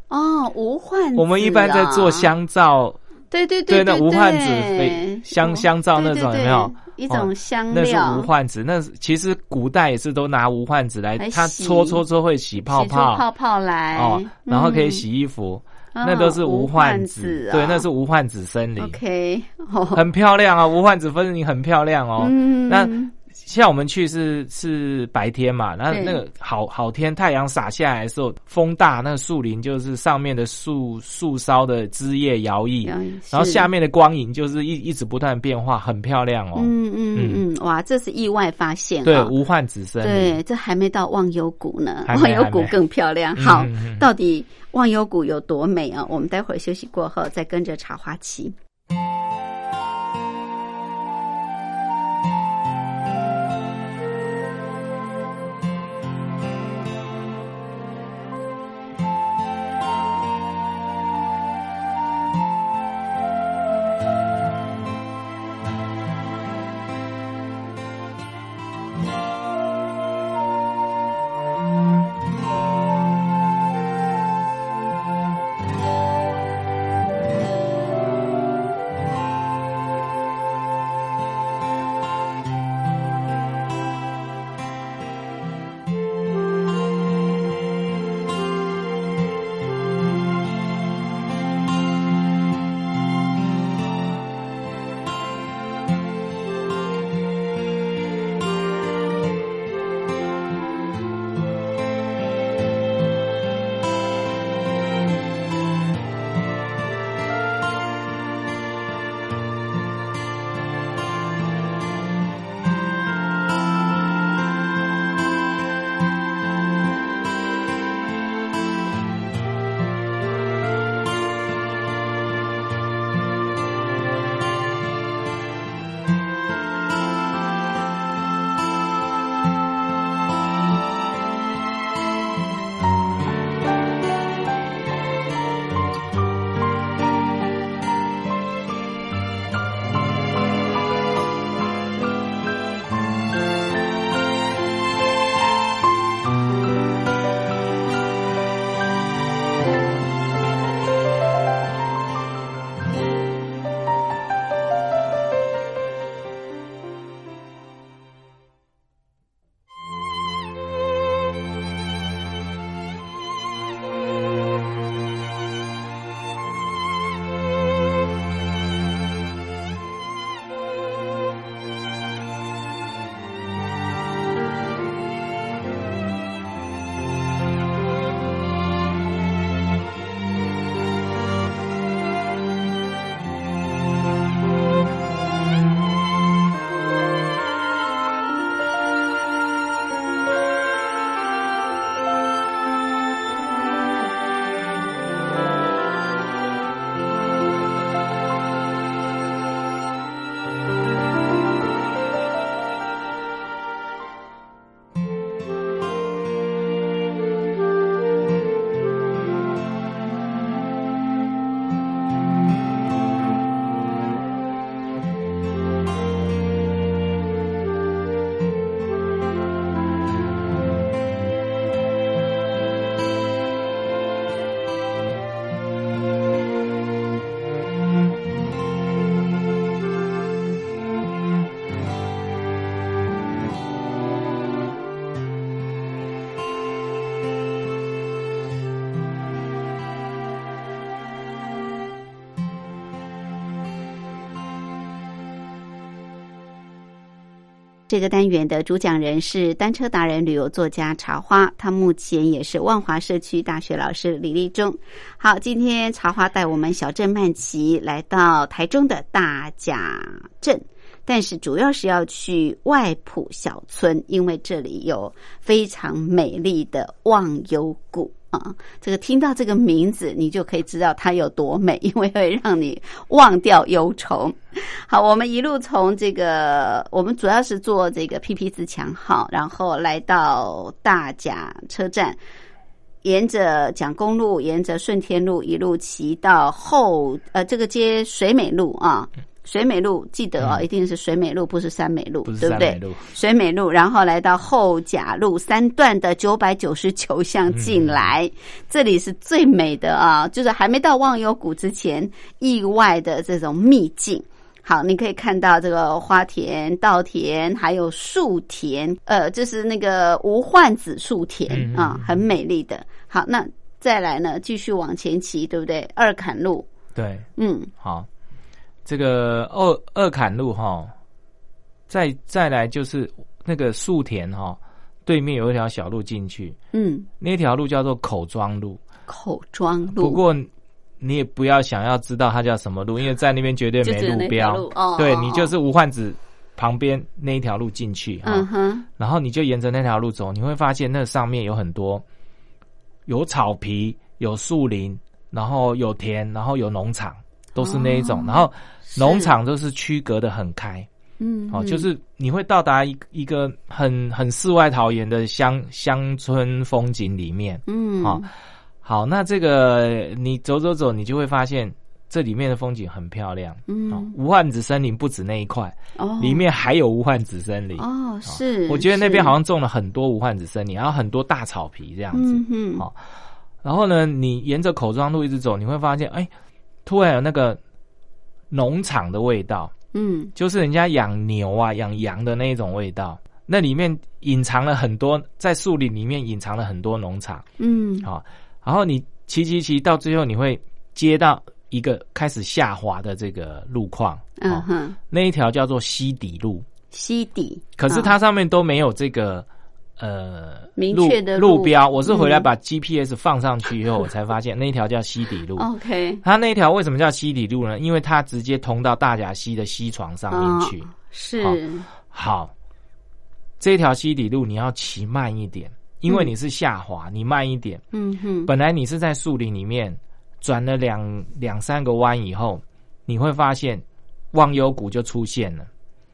S1: 哦，无患、
S4: 我们一般
S1: 啊
S4: 在做，香皂，
S1: 对对对
S4: 那
S1: 对
S4: 无患子
S1: 对
S4: 非香香皂那种
S1: 对对对
S4: 有没有
S1: 一
S4: 哦
S1: 种香
S4: 那是
S1: 料，
S4: 无患子。那是其实古代也是都拿无患子来
S1: 来，洗
S4: 它搓搓搓会起泡
S1: 洗出泡泡来
S4: 哦，然后可以
S1: 嗯
S4: 洗衣服，
S1: 哦
S4: 那都是无患
S1: 无患子啊
S4: 对，那是无患子森林，
S1: OK 哦，
S4: 很漂亮啊，无患子森林很漂亮哦。
S1: 嗯
S4: 那像我们去是是白天嘛，然后
S1: 对
S4: 那个好好天太阳洒下来的时候，风大，那个树林就是上面的树树梢的枝叶摇曳，然后下
S1: 面。
S4: 面的光影就是一一直不断变化，很漂亮哦。
S1: 嗯嗯嗯，哇，这是意外发现、啊。
S4: 对，无患子森林。
S1: 对，这还没到忘忧谷呢，
S4: 还没
S1: 忘忧谷
S4: 还没
S1: 更漂亮。
S4: 嗯
S1: 好
S4: 嗯嗯，
S1: 到底忘忧谷有多美啊？我们待会儿休息过后再跟着茶花骑。这个单元的主讲人是单车达人、旅游作家茶花，他目前也是万华社区大学老师李立忠。好，今天茶花带我们小镇慢骑来到台中的大甲镇。但是主要是要去外埔小村，因为这里有非常美丽的忘忧谷啊。这个听到这个名字，你就可以知道它有多美， 因为会让你忘掉忧愁。好，我们一路从这个，我们主要是坐这个 PP 自强号，然后来到大甲车站。沿着蒋公路，沿着顺天路一路骑到后呃这个街水美路啊，水美路记得哦，一定是水美路，不是山美路，
S4: 嗯不是
S1: 对
S4: 山
S1: 对
S4: 美？路，
S1: 水美路，然后来到后甲路三段的九百九十九巷进来，这里是最美的啊，就是还没到忘忧谷之前，意外的这种秘境。好，你可以看到这个花田、稻田，还有树田，呃，就是那个无患子树田
S4: 嗯嗯
S1: 啊
S4: 嗯，
S1: 很美丽的。好，那再来呢，继续往前骑，对不对？二坎路，
S4: 对，
S1: 嗯，
S4: 好，这个二二坎路哈，再再来就是那个树田哈，对面有一条小路进去，
S1: 嗯，
S4: 那条路叫做口庄路。
S1: 口庄路，
S4: 不过你也不要想要知道它叫 什么路，因为在那边绝对
S1: 就
S4: 没
S1: 只有那条
S4: 标。
S1: 路哦
S4: 对
S1: 哦
S4: 你
S1: 哦
S4: 就是无患子旁边那一条路进去啊、
S1: 嗯哼，
S4: 然后你就沿着那条路走，你会发现那上面有很多有草皮、有树林，然后有田，然后有农场，都是那一种。
S1: 哦
S4: 然后
S1: 是
S4: 农，场都是区隔的很开，
S1: 嗯，
S4: 哦，
S1: 嗯
S4: 就是你会到达一一个很很世外桃源的乡乡村风景里面。
S1: 嗯，
S4: 好好，那这个你走走走，你就会发现这里面的风景很漂亮。哦
S1: 嗯，
S4: 无患子森林不止那一块，
S1: 哦，
S4: 里面还有无患子森林。
S1: 哦是，
S4: 我觉得那边
S1: 是
S4: 好像种了很多无患子森林，然后很多大草皮这样子。
S1: 嗯哼，
S4: 好然后呢，你沿着口庄路一直走，你会发现，哎，突然有那个农场的味道，
S1: 嗯
S4: 就是人家养牛啊、养羊的那一种味道。那里面隐藏了很多，在树林里面隐藏了很多农场。
S1: 嗯，
S4: 好、然后你骑骑骑到最后，你会接到一个开始下滑的这个路况，
S1: 嗯
S4: 哦
S1: 哼，
S4: 那一条叫做西底路，
S1: 西底，
S4: 可是
S1: 啊
S4: 它上面都没有这个。呃，
S1: 明
S4: 路
S1: 确的路
S4: 路标，我是回来
S1: 嗯
S4: 把 GPS 放上去以后，我才 发现那一条叫西底路。
S1: 哦 OK
S4: 它那一条为什么叫西底路呢？因为它直接通到大甲溪的溪床上面去。
S1: 哦是
S4: 好好，这条西底路你要骑慢一点，因为你是下滑，你慢一点，
S1: 嗯哼，
S4: 本来你是在树林里面转了两两三个弯以后，你会发现忘忧谷就出现了。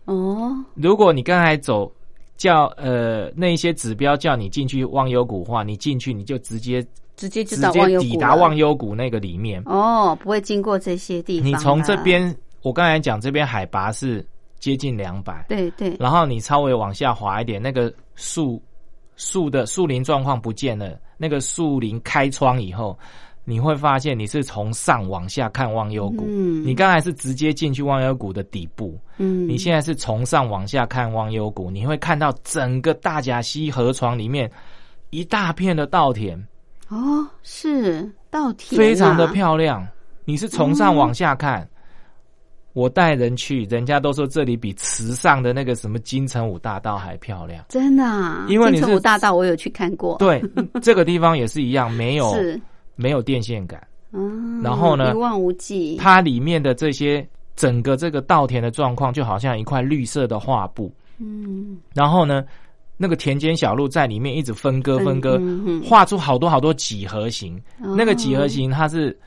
S1: 哦，
S4: 如果你刚才走叫呃那一些指标叫你进去忘忧谷的话，你进去你就直接
S1: 直接就
S4: 直
S1: 到忘
S4: 接
S1: 忧
S4: 抵
S1: 谷
S4: 达
S1: 了
S4: 忘忧谷那个里面。
S1: 哦，不会经过这些地方，啊
S4: 你从这，边，我刚才讲这边海拔是接近两百，
S1: 对对，
S4: 然后你稍微往下滑一点，那个树树的树林状况不见了，那个树林开窗以后，你会发现你是从上往下看忘忧谷。
S1: 嗯
S4: 你刚才是直接进去忘忧谷的底部，
S1: 嗯，
S4: 你现在是从上往下看忘忧谷，你会看到整个大甲溪河床里面一大片的稻田，
S1: 哦是稻田啊，
S4: 非常的漂亮。你是从上往下看。
S1: 嗯
S4: 我带人去，人家都说这里比池上的那个什么金城武大道还漂亮。
S1: 真的啊，
S4: 因为你
S1: 金城
S4: 是
S1: 武大道我有去看过，
S4: 对， 这个地方也是一样，没有
S1: 是，
S4: 没有电线杆，
S1: 嗯，
S4: 然后呢
S1: 一望无际，
S4: 它里面的这些整个这个稻田的状况，就好像一块绿色的画布。
S1: 嗯，
S4: 然后呢，那个田间小路在里面一直分割分割，
S1: 嗯嗯
S4: 画出好多好多几何形。
S1: 嗯
S4: 那个几何形它是。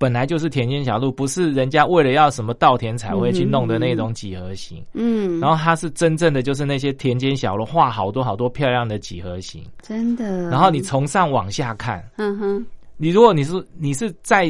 S4: 本来就是田间小路，不是人家为了要什么稻田才会去弄的那种几何形。
S1: 嗯，
S4: 然后它是真正的，就是那些田间小路画好多好多漂亮的几何形。
S1: 真的，
S4: 然后你，从上往下看，
S1: 嗯哼，
S4: 你如果你是你是在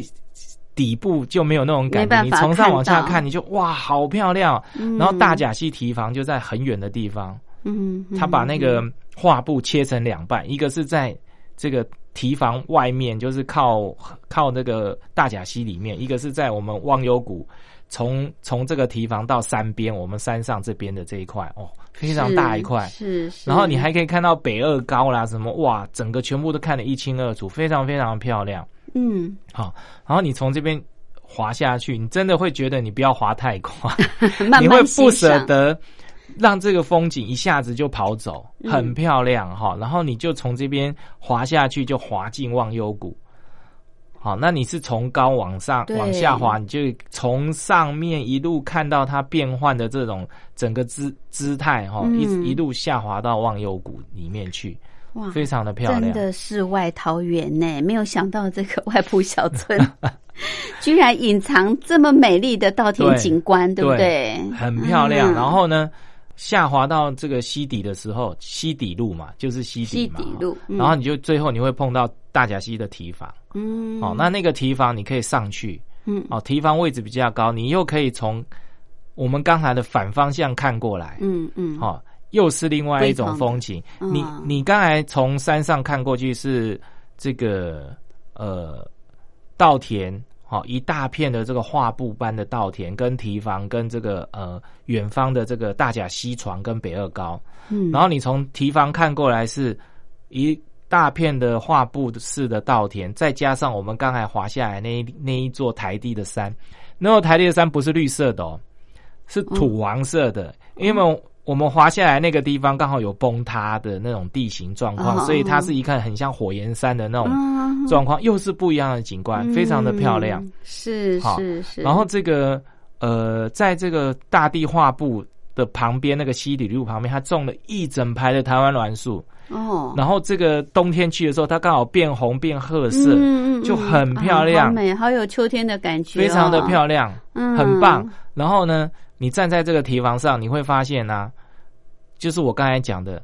S4: 底部就没有那种感
S1: 没办
S4: 觉，
S1: 法
S4: 你从上往下
S1: 看
S4: 看，
S1: 到
S4: 你就哇，好漂亮哦！
S1: 嗯
S4: 然后大，甲溪堤防就在很远的地方，
S1: 嗯，嗯
S4: 他把那个画布切成两半，一个是在这个堤防外面，就是靠靠那个大甲溪里面，一个是在我们忘忧谷。从从这个堤防到山边，我们山上这边的这一块哦，非常大一块，
S1: 是，是
S4: 然后你还可以看到北二高啦，什么哇，整个全部都看得一清二楚，非常非常漂亮。
S1: 嗯，
S4: 好，然后你从这边滑下去，你真的会觉得你不要滑太 快，
S1: 慢慢
S4: 你会
S1: 欣
S4: 不舍
S1: 赏，
S4: 得让这个风景一下子就跑走，
S1: 嗯
S4: 很漂亮哈、然后你就从这边滑下去，就滑进忘忧谷。好，那你是从高往上
S1: 对
S4: 往下滑，你就从上面一路看到它变换的这种整个姿姿态哈、
S1: 嗯
S4: 一一路下滑到忘忧谷里面去，
S1: 哇，
S4: 非常的漂
S1: 真
S4: 亮。
S1: 的世外桃源呢！没有想到这个外埔小村 居然隐藏这么美丽的稻田景观，对不对？
S4: 很漂亮。
S1: 嗯
S4: 然后呢，下滑到这个溪底的时候，溪底路嘛，就是溪
S1: 西
S4: 底嘛，
S1: 底路，
S4: 哦
S1: 嗯
S4: 然后你就最后你会碰到大甲溪的堤防，
S1: 嗯，
S4: 哦，那那个堤防你可以上去，
S1: 嗯
S4: 哦，堤防位置比较高，你又可以从我们刚才的反方向看过来，
S1: 嗯嗯，
S4: 哦，又是另外一种风景。
S1: 嗯
S4: 你你刚才从山上看过去是这个呃稻田。好，一大片的这个画布般的稻田，跟堤防，跟这个呃远方的这个大甲溪床跟北二高，
S1: 嗯，
S4: 然后你从堤防看过来是一大片的画布式的稻田，再加上我们刚才滑下来那一那一座台地的山，那座台地的山不是绿色的哦，是土黄色的，因
S1: 嗯
S4: 为。我们滑下来那个地方刚好有崩塌的那种地形状况，
S1: 哦
S4: 所以它是一看很像火焰山的那种
S1: 嗯
S4: 状况，又是不一样的景观，非常的漂亮。
S1: 嗯是
S4: 好
S1: 是是，
S4: 然后这个呃，在这个大地画布的旁边那个西里路旁边，它种了一整排的台湾栾树。
S1: 哦，
S4: 然后这个冬天去的时候，它刚好变红变褐色，
S1: 嗯嗯嗯
S4: 就很漂
S1: 啊好
S4: 亮，
S1: 美，好有秋天的感觉哦，
S4: 非常的漂亮，
S1: 嗯
S4: 很棒。然后呢，你站在这个堤防上，你会发现啊，就是我刚才讲的，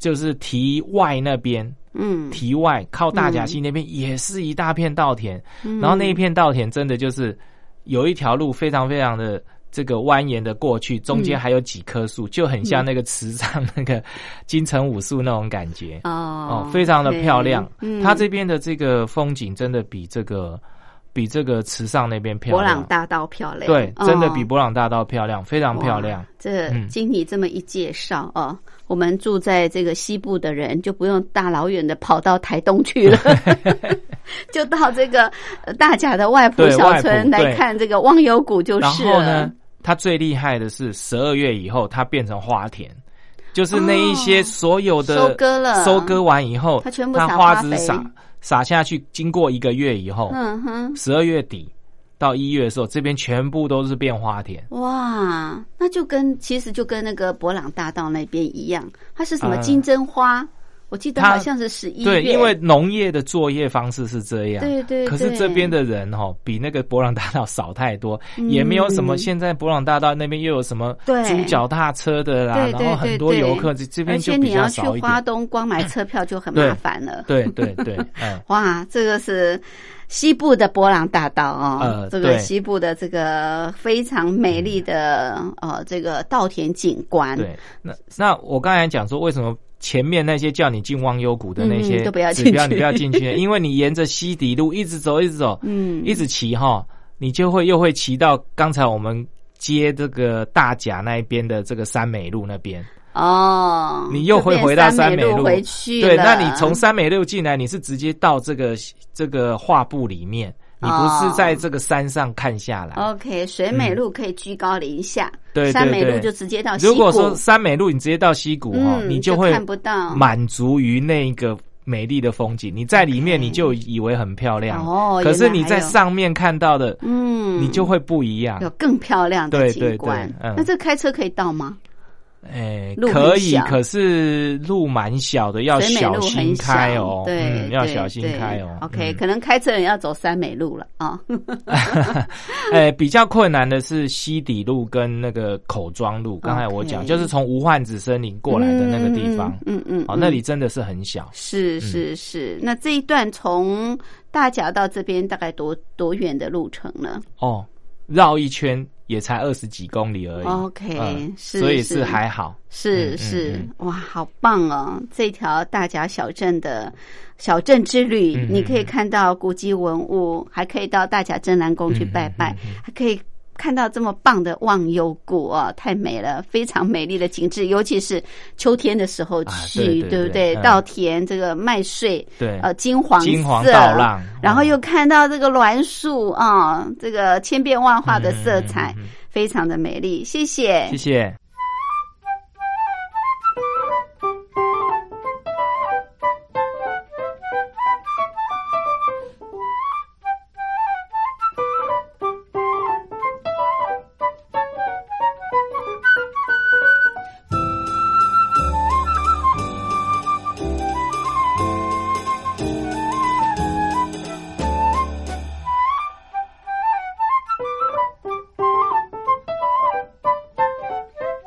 S4: 就是堤外那边，
S1: 嗯，
S4: 堤外靠大甲溪那边也是一大片稻田，
S1: 嗯
S4: 然后那一片稻田真的就是有一条路非常非常的这个蜿蜒的嗯过去，中间还有几棵树，就很像那个池上那个金城武术那种感觉
S1: 哦
S4: 哦，非常的漂亮
S1: 对嗯。
S4: 它这边的这个风景真的比这个比这个池上那边漂
S1: 博朗
S4: 亮，
S1: 大道漂亮，
S4: 对，
S1: 哦
S4: 真的比博朗大道漂亮，非常漂亮
S1: 哇。这
S4: 嗯
S1: 经你这么一介绍哦，我们住在这个西部的人就不用大老远的跑到台东去 了，就到这个呃大甲的外埔
S4: 对
S1: 小
S4: 外埔
S1: 村来
S4: 对
S1: 看这个忘忧谷就
S4: 然
S1: 是啊
S4: 后
S1: 了
S4: 呢。，它最厉害的是十二月以后，它变成花田，就是那一些
S1: 哦
S4: 所有的、
S1: 收割了
S4: 收割完以后，
S1: 它全部
S4: 它
S1: 撒
S4: 花
S1: 花
S4: 籽
S1: 肥
S4: 撒撒下去，经过一个月以后，
S1: 嗯哼，
S4: 十二、月底到一月的时候，这边全部都是变花田。
S1: 哇，那就跟其实就跟那个博朗大道那边一样，它是什么
S4: 嗯
S1: 金针花？我记得
S4: 它
S1: 好像是十一
S4: 对，
S1: 月，
S4: 因为农业的作业方式是这样。
S1: 对对
S4: 可是
S1: 对
S4: 这边的人哦，比那个博朗大道少太多，也没有什么。现在博朗大道那边又有什么
S1: 嗯对
S4: 租脚踏车的啦，
S1: 对对
S4: 然后很多
S1: 对对
S4: 游客，这这边
S1: 而
S4: 就
S1: 且
S4: 比
S1: 你
S4: 较
S1: 要去
S4: 少一
S1: 花
S4: 点。
S1: 东，光买车票就很
S4: 对
S1: 麻烦了。
S4: 对对对，嗯。
S1: 哇，这个是西部的波浪大道哦，
S4: 呃
S1: 这个
S4: 对
S1: 西部的这个非常美丽的、呃这个稻田景观，
S4: 嗯对，那那我刚才讲说，为什么前面那些叫你进忘忧谷的那些
S1: 嗯都不要进
S4: 指
S1: 去
S4: 标，你不要 进去，因为你沿着西底路一直走，一直走，
S1: 嗯
S4: 一直骑哈，你就会又会骑到刚才我们接这个大甲那一边的这个三美路那边，
S1: 哦，
S4: 你又会
S1: 就变
S4: 回到
S1: 三
S4: 美
S1: 路回去了
S4: 对，那你从三美路进来，你是直接到这个这个画布里面，你不
S1: 哦
S4: 是在这个山上看下来。
S1: OK 水美路可以居高临下，
S4: 嗯对对
S1: 山美路
S4: 对
S1: 就直接到哦西
S4: 如
S1: 谷，
S4: 果说三美路你直接到溪谷哈、
S1: 嗯
S4: 你
S1: 就
S4: 会
S1: 看不到
S4: 满足于那个美丽的风景。你在里面
S1: OK
S4: 你就以为很漂亮，
S1: 哦
S4: 可是
S1: 原来
S4: 你
S1: 还
S4: 在
S1: 有
S4: 上面看到的，
S1: 嗯，
S4: 你就会不一样
S1: 有。更漂亮的
S4: 对
S1: 景
S4: 对
S1: 观。
S4: 对嗯
S1: 那这开车可以到吗？
S4: 哎、
S1: 路很
S4: 可以
S1: 小，
S4: 可是路蛮小的，要
S1: 水美
S4: 小
S1: 路很
S4: 心
S1: 小
S4: 开哦，
S1: 对，
S4: 嗯，要
S1: 对
S4: 小心
S1: 对
S4: 开哦。
S1: OK，
S4: 嗯
S1: 可能开车人要走三美路了啊。
S4: 呃，比较困难的是西底路跟那个口庄路，刚才我
S1: OK
S4: 讲就是从无患子森林过来的那个地方，
S1: 嗯嗯，嗯
S4: 哦，那里嗯真的是很小，
S1: 是是是。那这一段从大甲到这边大概多多远的路程呢？
S4: 哦，绕一圈也才二十几公里而已。
S1: OK，是
S4: 嗯所以
S1: 是
S4: 是还好。嗯
S1: 是
S4: 嗯
S1: 是
S4: 嗯，
S1: 哇，好棒哦！这条大甲小镇的小镇之旅，
S4: 嗯嗯
S1: 你可以看到古迹文物，还可以到大甲镇南宫去
S4: 嗯嗯
S1: 拜拜
S4: 嗯，
S1: 还可以。看到这么棒的忘忧谷哦，太美了，非常美丽的景致，尤其是秋天的时候
S4: 啊
S1: 去，
S4: 对对
S1: 不
S4: 对
S1: 对？
S4: 嗯
S1: 稻田这个麦穗，
S4: 对，
S1: 呃金黄
S4: 金黄
S1: 色
S4: 稻浪
S1: 然后
S4: 嗯
S1: 又看到这个栾树啊、这个千变万化的色彩，
S4: 嗯嗯嗯嗯
S1: 非常的美丽。谢谢
S4: 谢。谢。
S5: Thank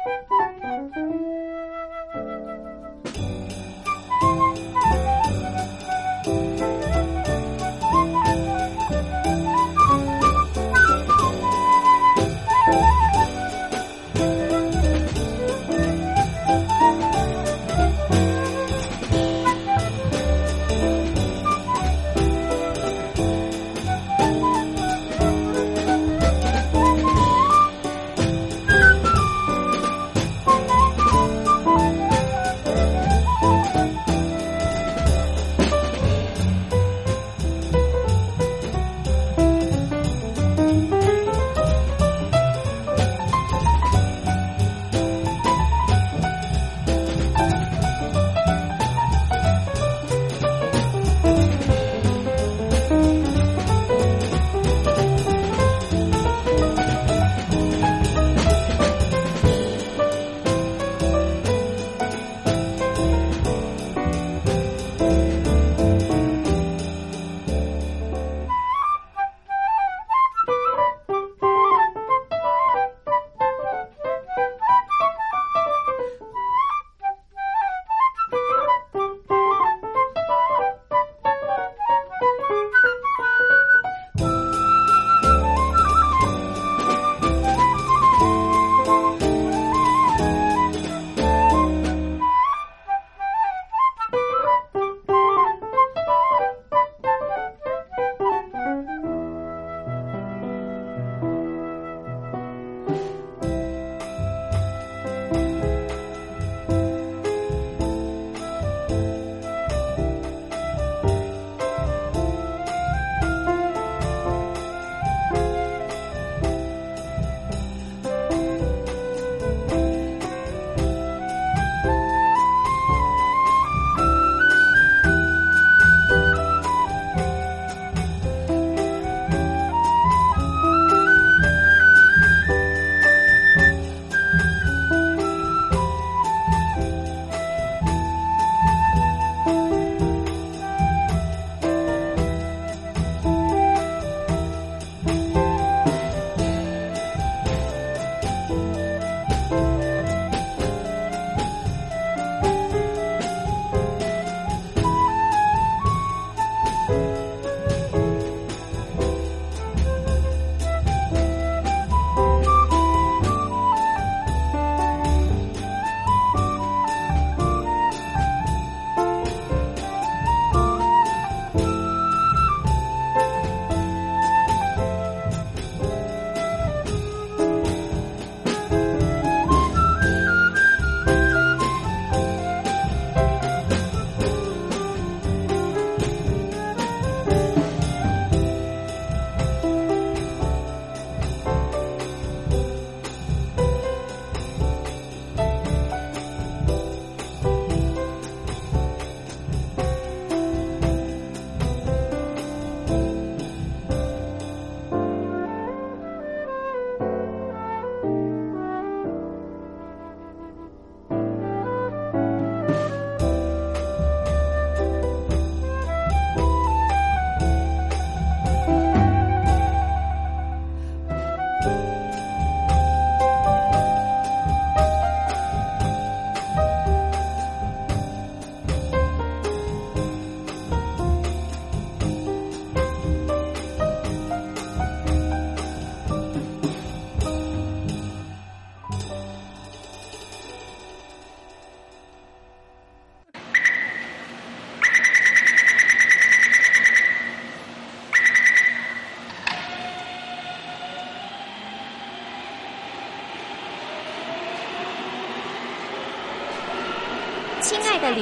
S7: 的旅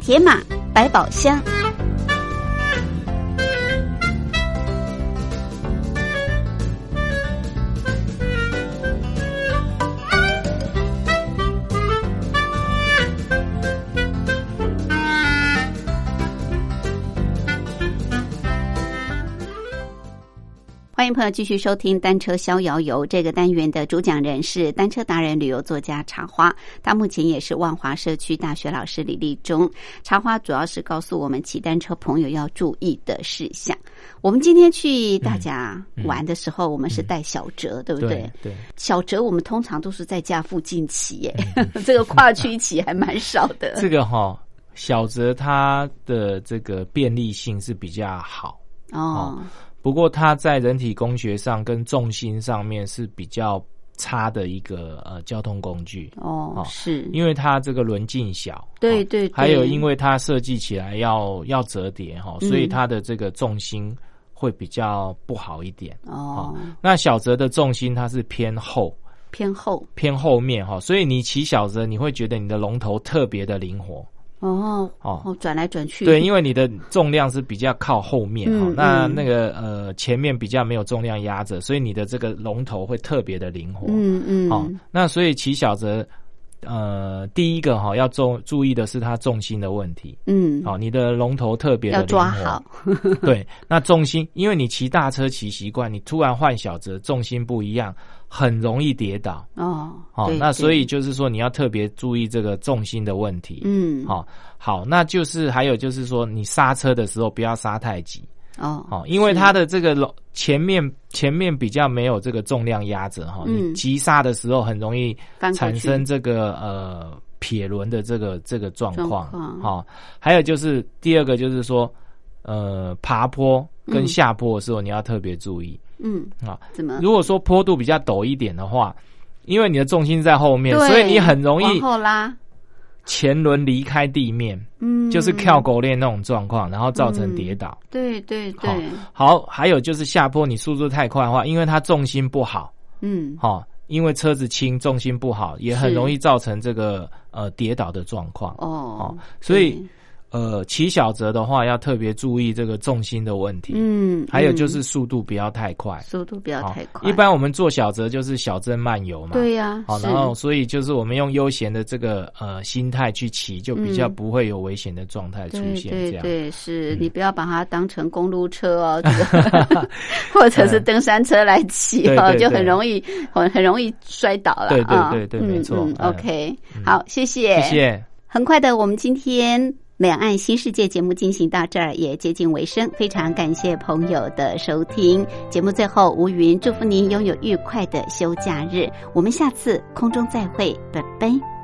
S1: 铁马百宝箱。欢迎朋友继续收听《单车逍遥游》这个单元的主讲人是单车达人、旅游作家茶花，他目前也是万华社区大学老师李立忠。茶花主要是告诉我们骑单车朋友要注意的事项。我们今天去大甲玩的时候，我们是带小哲，对不对？
S4: 嗯对对，
S1: 小哲我们通常都是在家附近骑，耶，
S4: 嗯
S1: 这个跨区骑还蛮少 的。
S4: 这个哈、小泽它的这个便利性是比较好，
S1: 哦，
S4: 不过它在人体工学上跟重心上面是比较差的一个呃交通工具，
S1: 哦
S4: 哦，
S1: 是，
S4: 因为它这个轮径小，
S1: 对
S4: 哦
S1: 对对
S4: 还有因为它设计起来要要折叠哈、哦
S1: 嗯
S4: 所以它的这个重心会比较不好一点。
S1: 哦
S4: 那小泽的重心它是偏后。
S1: 偏后
S4: 偏后面哈、哦所以你骑小泽，你会觉得你的龙头特别的灵活，
S1: 哦
S4: 哦
S1: 哦，转来转去，
S4: 对，因为你的重量是比较靠后面哈、
S1: 嗯
S4: 那
S1: 嗯
S4: 那个呃前面比较没有重量压着，所以你的这个龙头会特别的灵活。，
S1: 嗯嗯，
S4: 哦，那所以骑小泽，呃，第一个哈、要重注意的是它重心的问题。
S1: 嗯，
S4: 好、你的龙头特别的
S1: 要抓好。
S4: 对，那重心，因为你骑大车骑习惯，你突然换小泽，重心不一样，很容易跌倒。
S1: 哦，
S4: 哦
S1: 对，
S4: 那所以
S1: 对
S4: 就是说你要特别注意这个重心的问题。
S1: 嗯，
S4: 好、好，那就是还有就是说，你刹车的时候不要刹太急，
S1: 哦，
S4: 哦，因为它的这个龙前面前面比较没有这个重量压着哈，
S1: 嗯
S4: 你急刹的时候很容易
S1: 翻过
S4: 产
S1: 去
S4: 生这个呃撇轮的这个这个状况
S1: 状况
S4: 哦。还有就是第二个就是说，呃，爬坡跟
S1: 嗯
S4: 下坡的时候你要特别注意
S1: 嗯，
S4: 啊。
S1: 怎么？
S4: 如果说坡度比较陡一点的话，因为你的重心在后面，
S1: 对
S4: 所以你很容
S1: 往
S4: 易
S1: 后拉，
S4: 前轮离开地面，
S1: 嗯，
S4: 就是跳狗链那种状况，然后造成跌倒。
S1: 对对
S4: 好
S1: 对，
S4: 好，还有就是下坡你速度太快的话，因为它重心不好，
S1: 嗯，
S4: 哈、因为车子轻，重心不好，也很
S1: 是
S4: 容易造成这个呃跌倒的状况。
S1: 哦，
S4: 所以呃，骑小泽的话要特别注意这个重心的问题，
S1: 对，嗯，
S4: 还有就
S1: 嗯
S4: 是速度不要太快。
S1: 速度不要
S4: 好
S1: 太快，
S4: 一般我们做小泽就是小针慢游嘛，
S1: 对呀，
S4: 好，
S1: 是
S4: 然后所以就是我们用悠闲的这个呃心态去骑，就比较
S1: 嗯
S4: 不会有危险的状态出
S1: 对
S4: 现。
S1: 对
S4: 这样嗯
S1: 对，是你不要把它当成公路车 哦，这个或者是登山车来骑哦，
S4: 嗯对对对
S1: 就很容易很很容易摔倒了
S4: 对对
S1: 啊
S4: 对对
S1: 嗯
S4: 没错
S1: 嗯
S4: 嗯
S1: OK，好，谢谢，
S4: 谢谢。
S1: 很快的，我们今天两岸新世界节目进行到这儿也接近尾声，非常感谢朋友的收听。节目最后，吴云祝福您拥有愉快的休假日，我们下次空中再会，拜拜。